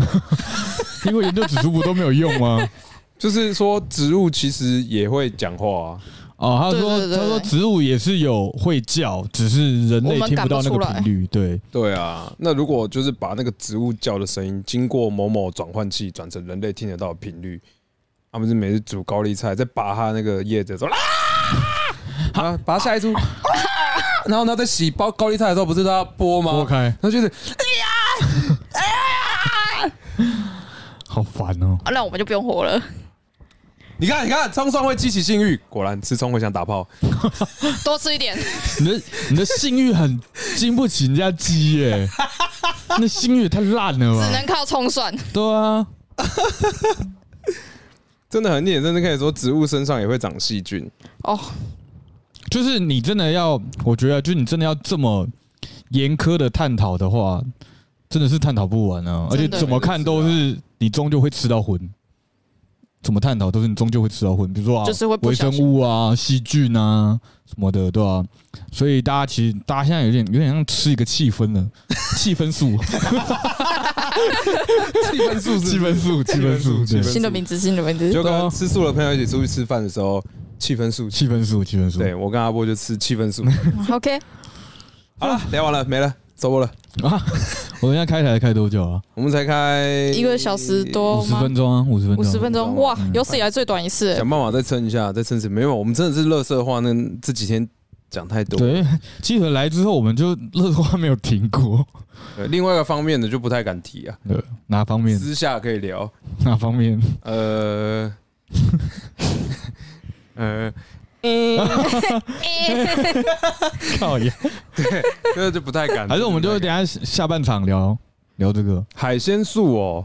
S2: 因为研究指出不都没有用 吗？
S1: 就是说植物其实也会讲话啊。
S2: 哦，他说
S3: 对对对对
S2: 他说植物也是有会叫，只是人类
S3: 我们
S2: 听不到那
S3: 赶不出
S2: 个
S3: 来
S2: 频率。对，
S1: 对啊，那如果就是把那个植物叫的声音经过某某转换器转成人类听得到的频率，他们是每次煮高丽菜，在拔它那个叶子的时候， 啊，啊拔下一株， 啊然后呢在洗包高丽菜的时候，不是都要剥吗？
S2: 拨开，
S1: 他就是
S2: 好烦哦。
S3: 啊那我们就不用活了。
S1: 你看，你看，葱蒜会激起性欲，果然吃葱会想打炮。
S3: 多吃 一点，
S2: 你的你的性欲很经不起人家鸡 耶，那性欲也太烂了
S3: 只
S2: 吧？
S3: 能靠葱蒜。
S2: 对啊，
S1: 真的很简单，甚至可以说植物身上也会长细菌。
S3: 哦，
S2: 就是你真的要，我觉得就是你真的要这么严苛的探讨的话，真的是探讨不完啊！而且
S3: 真的
S2: 怎么看都是你终究会吃到荤，怎么探讨都是你终究会吃到荤，比如说啊，
S3: 就是会不
S2: 微
S3: 小
S2: 生
S3: 心
S2: 物啊、细菌啊什么的，对吧、所以大家其实大家现在有点有点像吃一个气氛 了，气氛素，
S1: 气氛素
S2: 气氛素，气氛素，
S1: 气
S2: 对
S1: 氛素
S3: 新的名字，新的名字。
S1: 就跟吃素的朋友一起出去吃饭的时候，气氛素。
S2: 气氛素，气氛素。
S1: 对我跟阿波就吃气氛素。
S3: OK，
S1: 好了，聊完了，没了，收播了。
S2: 啊，我们现在开台开多久啊？
S1: 我们才开
S3: 一个小时，多
S2: 五十
S3: 吗？
S2: 分钟啊，五十分
S3: 哦五
S2: 钟，
S3: 十分钟，哇，有史以来最短一 次。
S1: 想办法再撑一下，再撑一次。没有，我们真的是乐色话，那这几天讲太多。
S2: 对，记者来之后，我们就乐话没有停过。
S1: 对，另外一个方面的就不太敢提啊，
S2: 对，哪方面？
S1: 私下可以聊。
S2: 哪 方面？
S1: 呃， 呃，
S2: 靠呀！
S1: 这个就不太敢。
S2: 还是我们就等一下下半场聊聊这个？
S1: 海鲜素哦，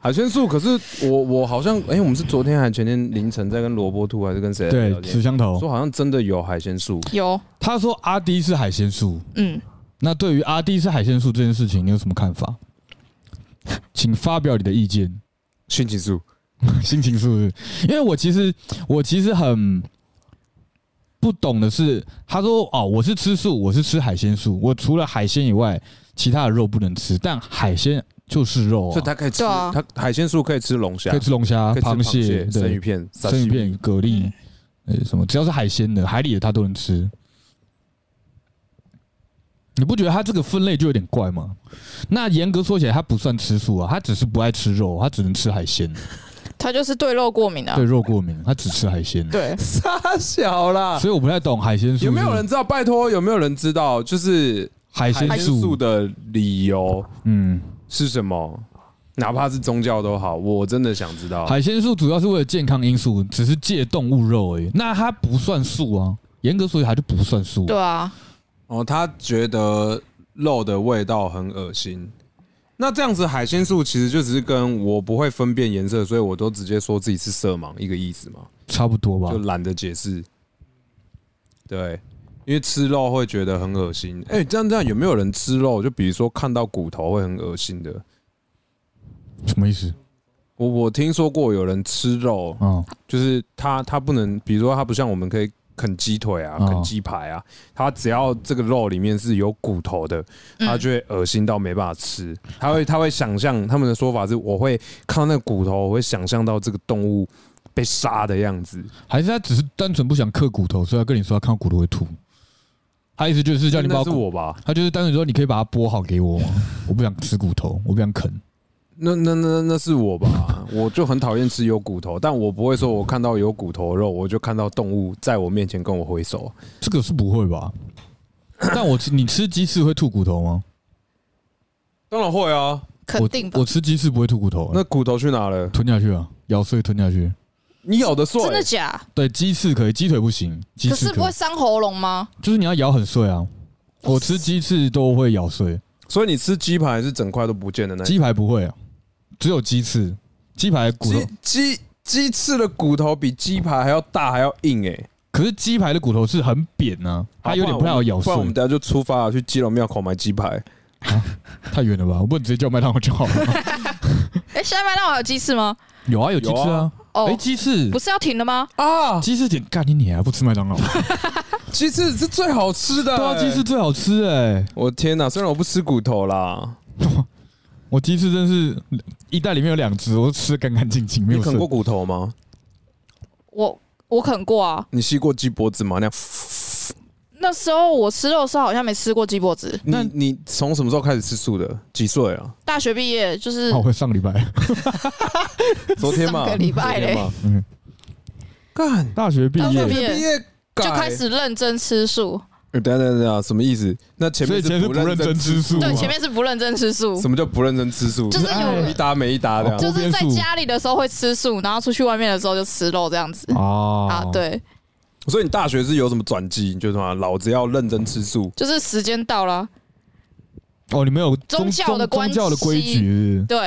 S1: 海鲜素。可是我我好像，哎、我们是昨天还前天凌晨在跟萝卜兔还是跟谁在聊
S2: 对，吃
S1: 天？
S2: 香头。
S1: 说好像真的有海鲜素，
S3: 有，
S2: 他说阿迪是海鲜素，
S3: 嗯，
S2: 那对于阿迪是海鲜素这件事情，你有什么看法？请发表你的意见。
S1: 性情素。
S2: 心情是不是？因为我其实我其实很不懂的是，他说哦，我是吃素，我是吃海鲜素，我除了海鲜以外，其他的肉不能吃，但海鲜就是肉
S1: 所
S2: 啊
S1: 以，它可以吃，
S3: 对啊
S1: 它海鲜素可以吃龙虾，
S2: 可以吃龙虾、
S1: 可以吃
S2: 螃蟹、
S1: 生鱼
S2: 对，
S1: 片、
S2: 生鱼片、
S1: 嗯
S2: 蛤蜊，呃，什么只要是海鲜的，海里的它都能吃。你不觉得它这个分类就有点怪吗？那严格说起来，它不算吃素啊，它只是不爱吃肉，它只能吃海鲜，
S3: 他就是对肉过敏啊
S2: 对。肉过敏，它只吃海鲜。
S3: 对，
S1: 沙小啦。
S2: 所以我不太懂海鲜素
S1: 啊有没有
S2: 是
S1: 人知道？拜托，有没有人知道？就是
S2: 海鲜
S1: 海
S2: 素？
S1: 素的理由
S2: 嗯，
S1: 是什么？哪怕是宗教都好，我真的想知道。
S2: 海鲜素主要是为了健康因素，只是戒动物肉而已。那它不算素啊，严格说起来它就不算素。
S3: 对啊，
S1: 哦，他觉得肉的味道很恶心。那这样子，海鲜素其实就只是跟我不会分辨颜色，所以我都直接说自己是色盲一个意思嘛，
S2: 差不多吧
S1: 就。懒得解释。对，因为吃肉会觉得很恶心。哎、这样这样有没有人吃肉？就比如说看到骨头会很恶心的，
S2: 什么意思？
S1: 我我听说过有人吃肉，
S2: 嗯，
S1: 就是他他不能，比如说他不像我们可以啃鸡腿啊、
S2: 哦
S1: 啃鸡排啊，他只要这个肉里面是有骨头的，
S3: 嗯
S1: 他就会恶心到没办法吃。他会他会想象他们的说法是，我会看到那个骨头，我会想象到这个动物被杀的样子，
S2: 还是它只是单纯不想刻骨头，所以它跟你说它看到骨头会吐。他意思就是叫你把
S1: 那是
S2: 骨，
S1: 我吧？
S2: 他就是单纯说你可以把它剥好给我吗？我不想吃骨头，我不想啃。
S1: 那那那那是我吧？ 我就很讨厌吃有骨头，但我不会说我看到有骨头的肉，我就看到动物在我面前跟我挥手。
S2: 这个是不会 吧？但我吃你吃鸡翅会吐骨头吗？
S1: 当然会啊，
S3: 肯
S2: 我
S3: 定吧
S2: 我。吃鸡翅不会吐骨头、
S1: 那骨头去哪了？
S2: 吞下去啊，咬碎吞下去。
S1: 你咬得碎？
S3: 真的假？
S2: 对，鸡翅可以，鸡腿不行。鸡
S3: 可
S2: 翅
S3: 是不会伤喉咙吗？
S2: 就是你要咬很碎啊。我吃鸡翅都会咬碎，
S1: 所以你吃鸡排是整块都不见的那一
S2: 鸡排不会啊，只有鸡翅，鸡排骨头。
S1: 鸡鸡鸡翅的骨头比鸡排还要大还要硬哎、
S2: 可是鸡排的骨头是很扁啊，它有点不太好咬
S1: 不
S2: 碎
S1: 然我。们等下就出发了去基隆庙口买鸡排。
S2: 太远了吧？我不能直接叫麦当劳就好了。
S3: 哎，现在麦当劳有鸡翅吗？
S2: 有啊，有鸡翅啊。
S3: 哦
S2: 哎，，鸡翅
S3: 不是要停了吗？
S2: 啊，鸡翅点干你你还不吃麦当劳？
S1: 鸡翅是最好吃的、
S2: 对啊，鸡翅，最好吃哎、
S1: 我天哪！虽然我不吃骨头啦，
S2: 我鸡翅真是一袋里面有两只，我都吃的干干净净，没
S1: 你
S2: 有
S1: 啃
S2: 剩
S1: 过。骨头吗？
S3: 我我啃过啊，
S1: 你吸过鸡脖子吗？那样，
S3: 那时候我吃肉的时候好像没吃过鸡脖子。
S1: 那
S2: 那
S1: 你从什么时候开始吃素的？几岁啊？
S3: 大学毕业就是
S2: 哦，我上个礼拜
S1: 昨天嘛，
S3: 上个礼拜
S1: 昨
S3: 嘞
S1: 天嘛
S2: 嗯
S1: 干，
S2: 大学毕
S3: 大学
S2: 业
S3: 毕，业
S1: 毕业
S3: 就
S2: 欸
S3: 开。始认真吃素，
S1: 呃等一下等一下等一下，什么意思？那前
S2: 所
S1: 面
S2: 以前
S1: 是
S2: 面是不认真吃素
S1: 素
S2: 啊
S1: 吗
S3: 对，前面是不认真吃素，
S1: 什么叫不认真吃素？
S3: 就是
S2: 哎
S3: 有
S1: 一搭没一搭的啊
S2: 就
S3: 就
S2: 锅边
S3: 是在
S2: 素
S3: 家里的时候会吃素，然后出去外面的时候就吃肉这样子
S2: 哦
S3: 啊，，对，
S1: 所以你大学是有什么转机？你就什么，啊老子要认真吃素。
S3: 就是时间到了，
S2: 哦，你们有
S3: 宗教的
S2: 宗
S3: 关
S2: 宗教的规
S3: 系
S2: 矩是
S3: 对，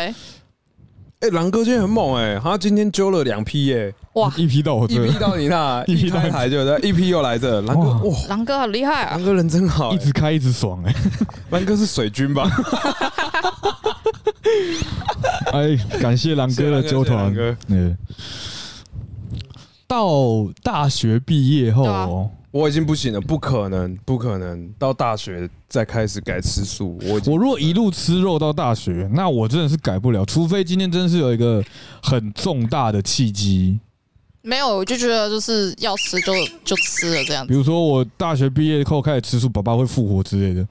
S1: 哎、狼哥今天很猛哎、他今天揪了两批耶、
S3: 哇
S2: 不，是一批到我
S1: 一
S2: 这，
S1: 批到你 那，
S2: 一
S1: 一
S2: 批到你
S1: 开台就有在，一批又来这。狼哥
S2: 哇
S1: 哇，
S3: 狼哥好厉害啊
S1: 狼，哥人真好、
S2: 一
S1: 欸，
S2: 直开一直爽哎、
S1: 狼哥是水军吧？
S2: 哎，感谢狼 哥的
S1: 谢谢狼哥
S2: 纠团
S1: 谢谢狼。
S2: 嗯，到大学毕业后
S3: 对啊
S2: 哦，
S1: 我已经不行了，不可能，不可能。到大学再开始改吃素，我已经
S2: 我如果一路吃肉到大学，那我真的是改不了，除非今天真是有一个很重大的契机，
S3: 没有，我就觉得就是要吃就就吃了这样
S2: 比
S3: 子，
S2: 如说我大学毕业后开始吃素，爸爸会复活之类的。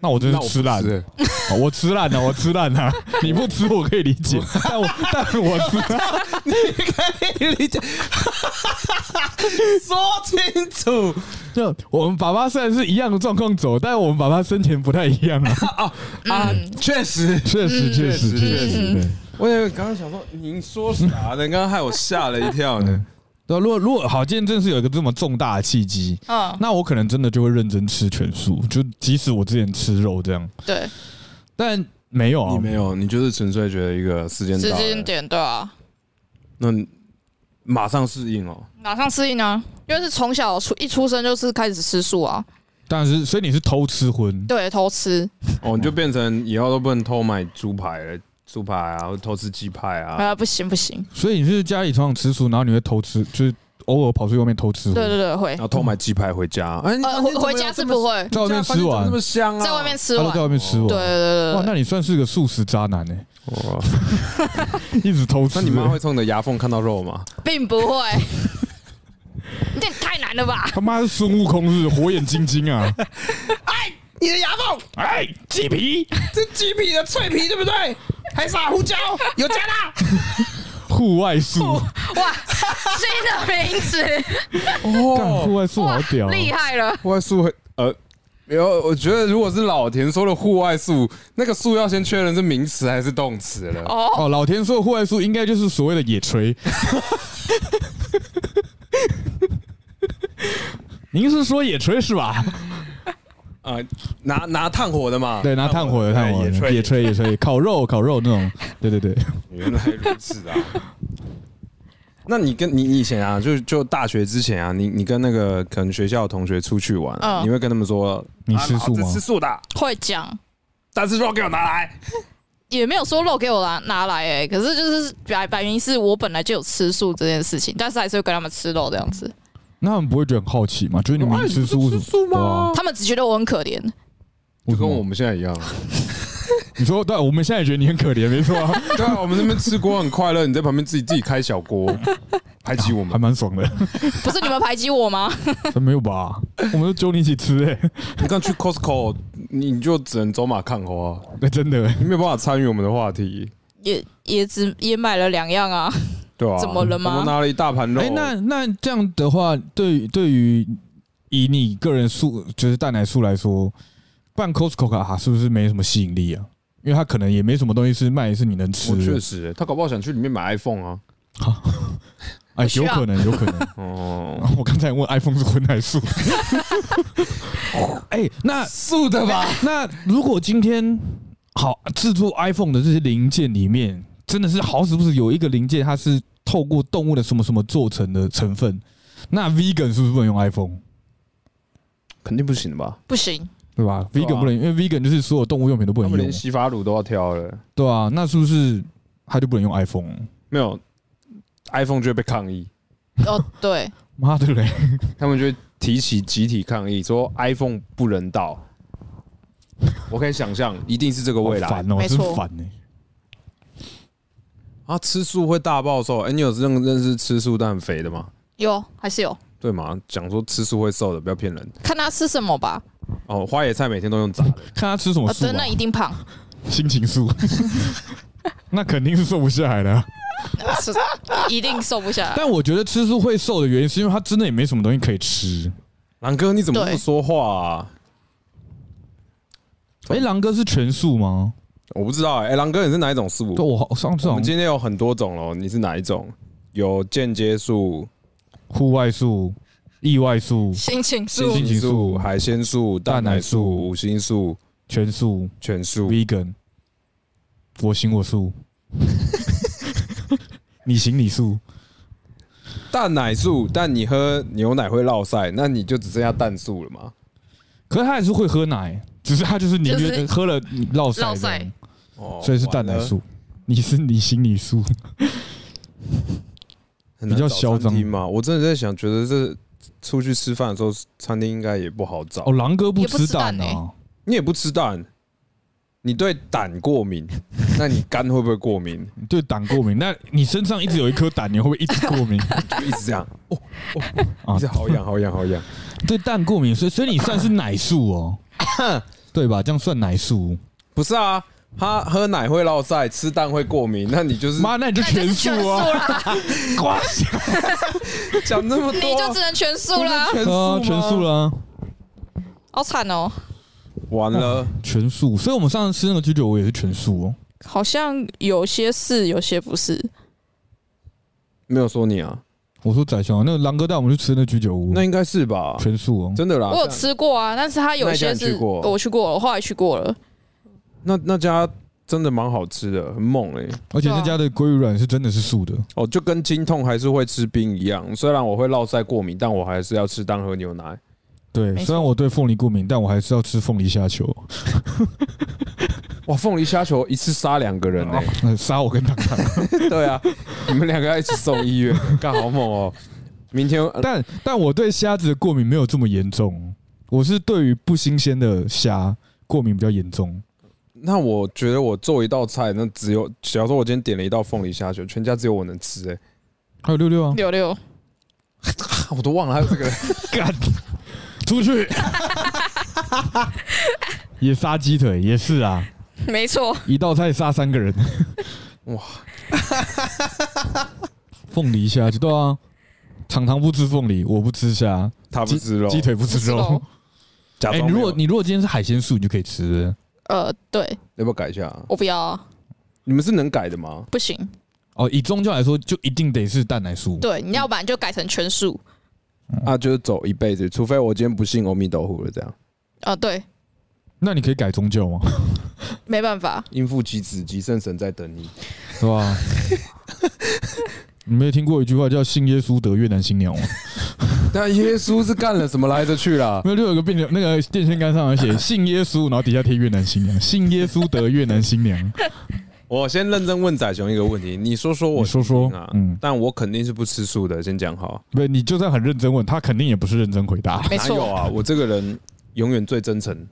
S2: 那我真
S1: 那
S2: 是
S1: 我不
S2: 吃烂，
S1: 欸
S2: 哦我吃烂了，我吃烂了。你不吃我可以理解，但我但我吃烂，
S1: 理解，说清楚
S2: 就我们爸爸虽然是一样的状况走，但我们爸爸生前不太一样啊。
S1: 啊！
S3: 嗯
S1: 确实，
S2: 确实，确
S1: 确实
S2: 实，确实，对。
S1: 我也刚刚想说，您说啥呢？刚刚害我吓了一跳呢。
S2: 对啊，如果如果好，今天真是有一个这么重大的契机，
S3: 嗯，
S2: 那我可能真的就会认真吃全素，就即使我之前吃肉这样，
S3: 对，
S2: 但没有啊，
S1: 你没有，你就是纯粹觉得一个哦时间到
S3: 时
S1: 了
S3: 间点对啊，
S1: 那你马上适应哦。
S3: 马上适应啊，因为是从小出一出生就是开始吃素啊，
S2: 但是所以你是偷吃荤，
S3: 对，偷吃，
S1: 哦，你就变成以后都不能偷买猪排了，猪排啊，或偷吃鸡排啊。
S3: 啊，不行不行，
S2: 所以你是家里常常吃素，然后你会偷吃，就是偶尔跑出去外面偷
S1: 嗯
S2: 吃
S3: 对
S2: 荤，
S3: 对对，会
S1: 然，后偷买鸡排回家，哎，你
S3: 呃，
S1: 房间
S3: 回
S1: 怎么
S3: 回
S1: 有
S3: 家
S1: 这
S3: 是
S1: 么
S3: 不会，
S2: 在外
S1: 房间
S2: 面吃
S1: 怎么
S2: 完
S1: 这么，香啊，
S3: 在外面吃
S2: 他
S3: 完
S2: 都，在外面吃完，
S3: 对对
S2: 哇
S3: 对，对
S2: 那你算是个素食渣男呢、欸
S1: 哦。
S2: 一直偷吃、
S1: 那你妈会从你的牙缝看到肉吗？
S3: 并不 会，这也太难了吧？
S2: 他妈是孙悟空是不是火眼金睛 啊！
S1: 你的牙缝，
S2: 哎，鸡皮
S1: 这鸡皮的脆皮对不对？还撒胡椒，有加辣。
S2: 户外素，
S3: 哦哇，新的名词，
S2: 干户外素好屌、
S3: 哇
S2: 哦，
S3: 厉害了，
S1: 哦户外素会呃，然后我觉得如果是老田说的户外素，那个素要先确认是名词还是动词了。
S3: 哦，
S2: 哦，老田说的户外素应该就是所谓的野 炊。您是说野炊是吧？
S1: 啊、拿拿炭火的嘛，
S2: 对，拿炭火的炭火的
S1: 对
S2: 野
S1: 野炊。
S2: 炊野炊 烤肉烤肉那种，对对对，
S1: 原来如此啊！ 那你跟你你以前啊，就就大学之前啊，你你跟那个可能学校的同学出去玩啊、
S3: 嗯
S1: 你会跟他们说
S2: 你吃素
S1: 啊老
S2: 吗
S1: 子吃？素的，
S3: 会讲。
S1: 但是肉给我拿来。
S3: 也没有说肉给我拿拿来哎、可是就是摆摆明是我本来就有吃素这件事情，但是还是会跟他们吃肉这样子。
S2: 那他们不会觉得很好奇吗？就是你们吃素为什么？
S1: 素
S2: 吗？
S3: 他们只觉得我很可 怜，
S1: 就
S2: 为
S1: 跟
S2: 什么
S1: 我们现在一样啊。
S2: 你说对，我们现在也觉得你很可怜，没错啊，
S1: 对 啊，我们那边吃锅很快乐，你在旁边自己自己开小锅，排挤我
S2: 还
S1: 们。
S2: 蛮爽的。
S3: 不是你们排挤我吗？
S2: 没有吧？我们都揪你一起吃哎、
S1: 你刚去 Costco，你你就只能走马看花、啊，
S2: 那真的、
S1: 你没有办法参与我们的话题，
S3: 也也只也买了两样啊，
S1: 对吧、
S3: 怎么了吗
S1: 我们拿了一大盘肉，
S2: 哎、那那这样的话，对对于以你个人素就是蛋奶素来说，办 Costco 卡是不是没什么吸引力啊？因为它可能也没什么东西是卖是你能吃
S1: 我确
S2: 的
S1: 实、他搞不好想去里面买 iPhone 啊。
S2: 啊，
S3: 需
S2: 有
S3: 要
S2: 可能，有可能。
S1: 哦，
S2: 我刚才问 iPhone 是荤还是素？ 哎、那
S1: 素的吧？
S2: 那如果今天好制作 iPhone 的这些零件里面，真的是好死不死有一个零件它是透过动物的什么什么做成的成分，那 vegan 是不是不能用 iPhone？
S1: 肯定不行吧？
S3: 不行，
S2: 对吧
S1: 对啊
S2: ？vegan 不能，因为 vegan 就是所有动物用品都不
S1: 他
S2: 能
S1: 们
S2: 用
S1: 连，洗发乳都要挑了，
S2: 对啊，那是不是它就不能用 iPhone？
S1: 没有 iPhone 就会被抗议，
S3: 哦对，
S2: 妈的嘞！
S1: 他们就会提起集体抗议，说 iPhone 不人道。我可以想象，一定是这个未来
S2: 烦哦，
S3: 没
S2: 真
S3: 错
S2: 烦呢。
S1: 啊！吃素会大暴瘦。哎，你有认认识吃素但很肥的吗？
S3: 有还是有，
S1: 对嘛？讲说吃素会瘦的，不要骗人
S3: 看他吃什么吧。
S1: 哦。花野菜每天都用炸的，
S2: 看他吃什么
S3: 啊，
S2: 素
S3: 对，
S2: 吧
S3: 那，一定胖。
S2: 心情素， 那肯定是瘦不下来的啊。
S3: 是一定瘦不下来。
S2: 但我觉得吃素会瘦的原因，是因为他真的也没什么东西可以吃。
S1: 狼哥你怎么
S3: 对
S1: 不说话啊？
S2: 哎，狼哥是全素吗？
S1: 我不知道哎、哎狼哥你是哪一种素
S2: 对，？我好上次
S1: 我
S2: 好
S1: 们
S2: 像
S1: 今天有很多种哦，你是哪一种？有间接素、
S2: 户外素、意外素、
S3: 心情
S2: 素
S3: 素
S2: 心情素
S1: 海鲜素、蛋奶
S2: 蛋奶
S1: 素、
S2: 素
S1: 五星素、
S2: 全素、
S1: 全素。
S2: vegan，我行我 素，你行你素，
S1: 蛋奶素，但你喝牛奶会落晒，那你就只剩下蛋素了嘛？
S2: 可是他还是会喝奶，只是他就是宁
S3: 就
S2: 愿
S3: 是
S2: 喝了落塞
S3: 落
S2: 这
S3: 塞
S2: 样，
S1: 哦
S2: 所以是蛋奶，素。你是你行你素，
S1: 完了
S2: 比较嚣
S1: 很难找
S2: 张
S1: 餐厅嘛。我真的在想，觉得这出去吃饭的时候，餐厅应该也不好找。
S2: 哦，狼哥不
S3: 也不
S2: 吃
S3: 吃蛋
S2: 蛋啊，
S1: 你也不吃蛋，你对胆过 敏，那你肝会不会过敏？
S2: 你对胆过敏，那你身上一直有一颗胆，你会不会一直过敏
S1: 就一直这样，哦，
S2: 啊
S1: 哦一直好痒，好痒，好痒。
S2: 对蛋过敏，所以所以你算是奶素哦，对吧？这样算奶素。
S1: 不是啊，他喝奶会落晒，吃蛋会过敏，那你就是
S2: 妈，那你就
S3: 那就
S2: 全
S3: 是
S2: 素
S3: 全素
S2: 啊！
S3: 啦，
S2: 瓜
S1: 讲那么多，
S3: 你就只能全素啦
S1: 不，是
S2: 啊，全素
S1: 了，
S2: 啦，
S3: 好惨哦。
S1: 完了。
S2: 全素。所以我们上次吃那个居酒屋也是全素哦。
S3: 好像有些是，有些不是。
S1: 没有说你啊，
S2: 我说宰相，那个狼哥带我们去吃那居酒屋，
S1: 那应该是吧？
S2: 全素哦。
S1: 真的啦，
S3: 我有
S1: 像
S3: 吃过啊，但是它有些
S1: 那一家你去
S3: 是
S1: 过
S3: 我去过了，我后来去过了。
S1: 那那家真的蛮好吃的，很猛哎、
S2: 而且那家的鲑鱼卵是真的是素的，
S1: 哦，就跟经痛还是会吃冰一样，虽然我会落腮过敏，但我还是要吃蛋和牛奶。
S2: 对。
S3: 没错
S2: 虽然我对凤梨过敏，但我还是要吃凤梨虾球，
S1: 哇，凤梨虾球一次杀两个人 哎、
S2: 呃杀我跟他看。
S1: 对啊， 你们两个要一起送医院，干好猛哦！明天呃
S2: 但但我对虾子的过敏没有这么严重，我是对于不新鲜的虾过敏比较严重。
S1: 那我觉得我做一道菜，那只有假如说我今天点了一道凤梨虾球，全家只有我能吃哎、
S2: 还有六六啊，
S3: 六六，
S1: 啊我都忘了还有这个人。
S2: 干出去，也杀鸡腿也是啊，
S3: 没错，
S2: 一道菜杀三个人，
S1: 哇！
S2: 凤梨虾就对啊，糖糖不吃凤梨，我不吃虾，
S1: 他不吃肉，
S2: 鸡腿不吃
S3: 不吃
S2: 肉
S3: 肉。
S1: 假
S2: 哎、
S1: 装没有。
S2: 你如果你如果今天是海鲜素，你就可以吃。
S3: 呃，对
S1: 要不要改一下啊、
S3: 我不要啊，
S1: 你们是能改的吗？
S3: 不行。
S2: 哦，以宗教来说，就一定得是蛋奶素。
S3: 对，你要不然就改成全素。
S1: 啊，就是走一辈子，除非我今天不信阿弥陀佛了，这样
S3: 呃，对，
S2: 那你可以改宗教吗？
S3: 没办法，
S1: 应父及子及圣神在等你。
S2: 是吧？ 你没有听过一句话叫“信耶稣得越南新娘”吗？
S1: 但耶稣是干了什么来着去啦？
S2: 没有，就有个变那个电线杆上面写“信耶稣”，然后底下贴越南新娘，“信耶稣得越南 新娘
S1: 我先认真问仔熊一个问题，你说说”。我
S2: 你说说
S1: 听啊，，
S2: 嗯，
S1: 但我肯定是不吃素的，先讲好。
S2: 不，你就算很认真问，他肯定也不是认真回答。
S3: 没
S1: 哪有
S3: 错，
S1: 啊？我这个人永远最真诚，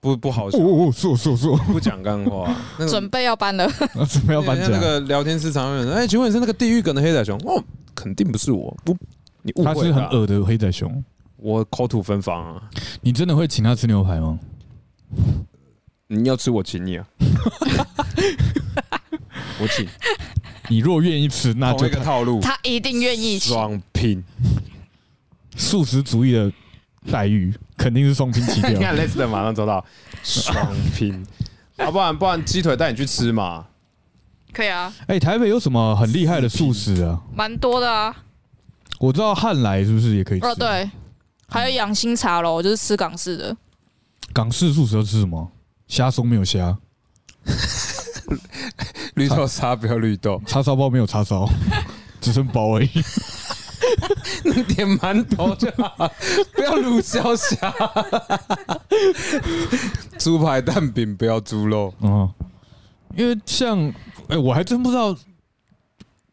S1: 不不好
S2: 哦哦哦，素 素素，
S1: 不讲干话。那
S3: 准备 要搬了。
S2: 怎么 要搬家？
S1: 那个聊天室常有人，哎，请问是那个地狱梗的黑仔熊？哦，肯定不是我，不，你误
S2: 他
S1: 会
S2: 是很
S1: 了。
S2: 恶的黑仔熊。
S1: 我口吐芬芳啊！
S2: 你真的会请他吃牛排吗？
S1: 你要吃我请 你啊，我请。
S2: 你若愿意吃，那
S1: 同
S2: 就
S1: 一个套路，
S3: 他一定愿意请。
S1: 双拼。
S2: 素食主义的待遇肯定是双拼起
S1: 你
S2: 掉。
S1: 看 Lester 马上找到双拼，要不然不然鸡腿带你去吃嘛。
S3: 可以啊，
S2: 哎、台北有什么很厉害的素食啊？
S3: 蛮多的啊。
S2: 我知道汉来是不是也可以吃？
S3: 哦，，对，还有养心茶楼，就是吃港式的。
S2: 港式素食要吃什么？虾松没有虾，
S1: 绿豆沙不要绿豆，
S2: 叉烧包没有叉烧， 只剩包而已。
S1: 点馒头就好，不要卤小虾。 猪排蛋饼不要猪肉，
S2: 嗯，因为像哎、我还真不知道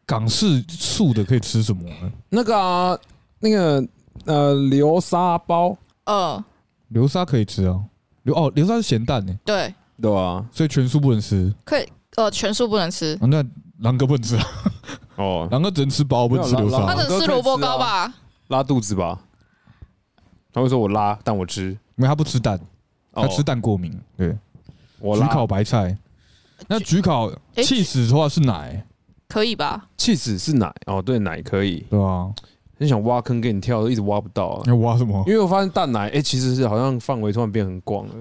S2: 港式素的可以吃什么、啊
S1: 那个啊，那个呃流沙包，
S3: 嗯，
S2: 流沙可以吃哦，流哦流沙是咸蛋呢，
S3: 对，
S1: 对啊吧？
S2: 所以全素不能吃。
S3: 可以，呃，全素不能吃，
S2: 啊、那狼哥不能吃 啊，
S1: 哦，
S2: 狼哥只能吃包，不能吃流
S1: 没有
S3: 他
S1: 狼
S2: 沙
S1: 狼。
S3: 只能吃萝卜糕吧？
S1: 拉肚子吧？他会说我拉，但我吃，
S2: 因为他不吃蛋，
S1: 哦
S2: 他吃蛋过敏。对，
S1: 我
S2: 焗
S1: 拉
S2: 烤白菜。那焗烤
S3: 诶
S2: 气死的话是奶，
S3: 可
S1: 啊
S3: 以吧？
S1: 气死是奶哦，对奶可以，
S2: 对吧？
S1: 很想挖坑给你跳，一直挖不到啊。
S2: 要挖什么？
S1: 因为我发现蛋奶，哎、其实是好像范围突然变很广了，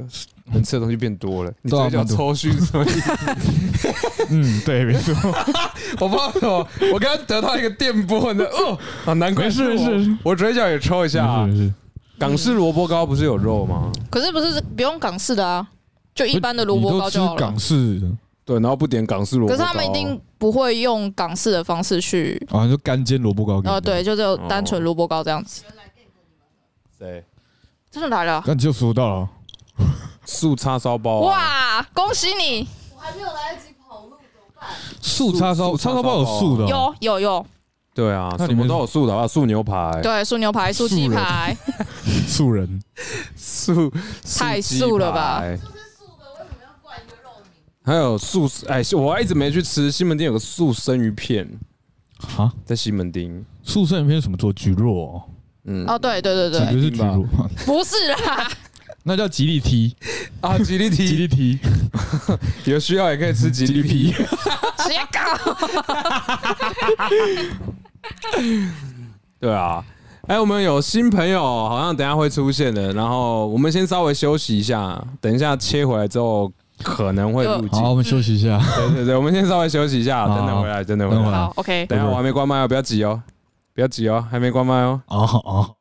S1: 能吃的东西变多了。你
S2: 对啊
S1: 嘴角
S2: 蛮多
S1: 抽搐是什么意思？
S2: 嗯，对，没错。
S1: 我不知道为什么，我刚刚得到一个电波的，哦，啊，难怪
S2: 没事
S1: 是我
S2: 没事，
S1: 我嘴角也抽一下、啊
S2: 没。事没事
S1: 港式萝卜糕不是有肉吗？
S3: 可是不是不用港式的啊，就一般的萝卜糕就
S2: 你
S3: 好
S2: 都吃
S3: 了
S2: 港。式的
S1: 对，然后不点港式萝
S3: 可
S1: 卜
S3: 是
S1: 糕啊，
S3: 他们一定不会用港式的方式去，
S2: 啊，就干煎萝卜糕。
S3: 呃，对，，就只有单纯萝卜糕这样子。
S1: 谁
S3: 真的来了，
S2: 那你就说到了。
S1: 素叉烧包、啊，
S3: 哇，恭喜你，
S4: 我还没有来得及跑路，怎么办？
S2: 素叉烧，
S1: 素
S2: 叉烧包有素的哦，
S3: 有有有，
S1: 对啊，
S2: 那
S1: 什
S2: 里面
S1: 么都有素的啊，素牛排、
S3: 对，素牛排、素鸡排，
S2: 素人
S1: 素
S3: 太
S1: 素鸡
S3: 素了吧
S1: 排
S4: 就是素的，为什么要冠一个肉名？
S1: 还有素哎，我一直没去吃西门町有个素生鱼片，
S2: 啊，
S1: 在西门町，
S2: 素生鱼片怎么做？蒟蒻哦，
S1: 嗯
S3: 哦，对对对
S2: 岂
S3: 对，
S2: 不是蒟蒻 吗？
S3: 不是啊啦，
S2: 那叫吉利梯，
S1: 啊，吉利
S2: 吉
S1: 提
S2: 利梯，
S1: 有需要也可以吃吉 利皮，
S3: 谁搞？
S1: 对啊。哎，我们有新朋友，好像等一下会出现的。然后我们先稍微休息一下，等一下切回来之后可能会入
S2: 好，
S1: 境。
S2: 我们休息一下。
S1: 对对对，我们先稍微休息一下，
S2: 好
S1: 等等回来，等等回
S2: 等会
S1: 来
S2: 儿。
S3: 好，OK，
S1: 等一下我还没关麦哦，不要急哦，不要急哦，还没关麦哦。
S2: 哦哦，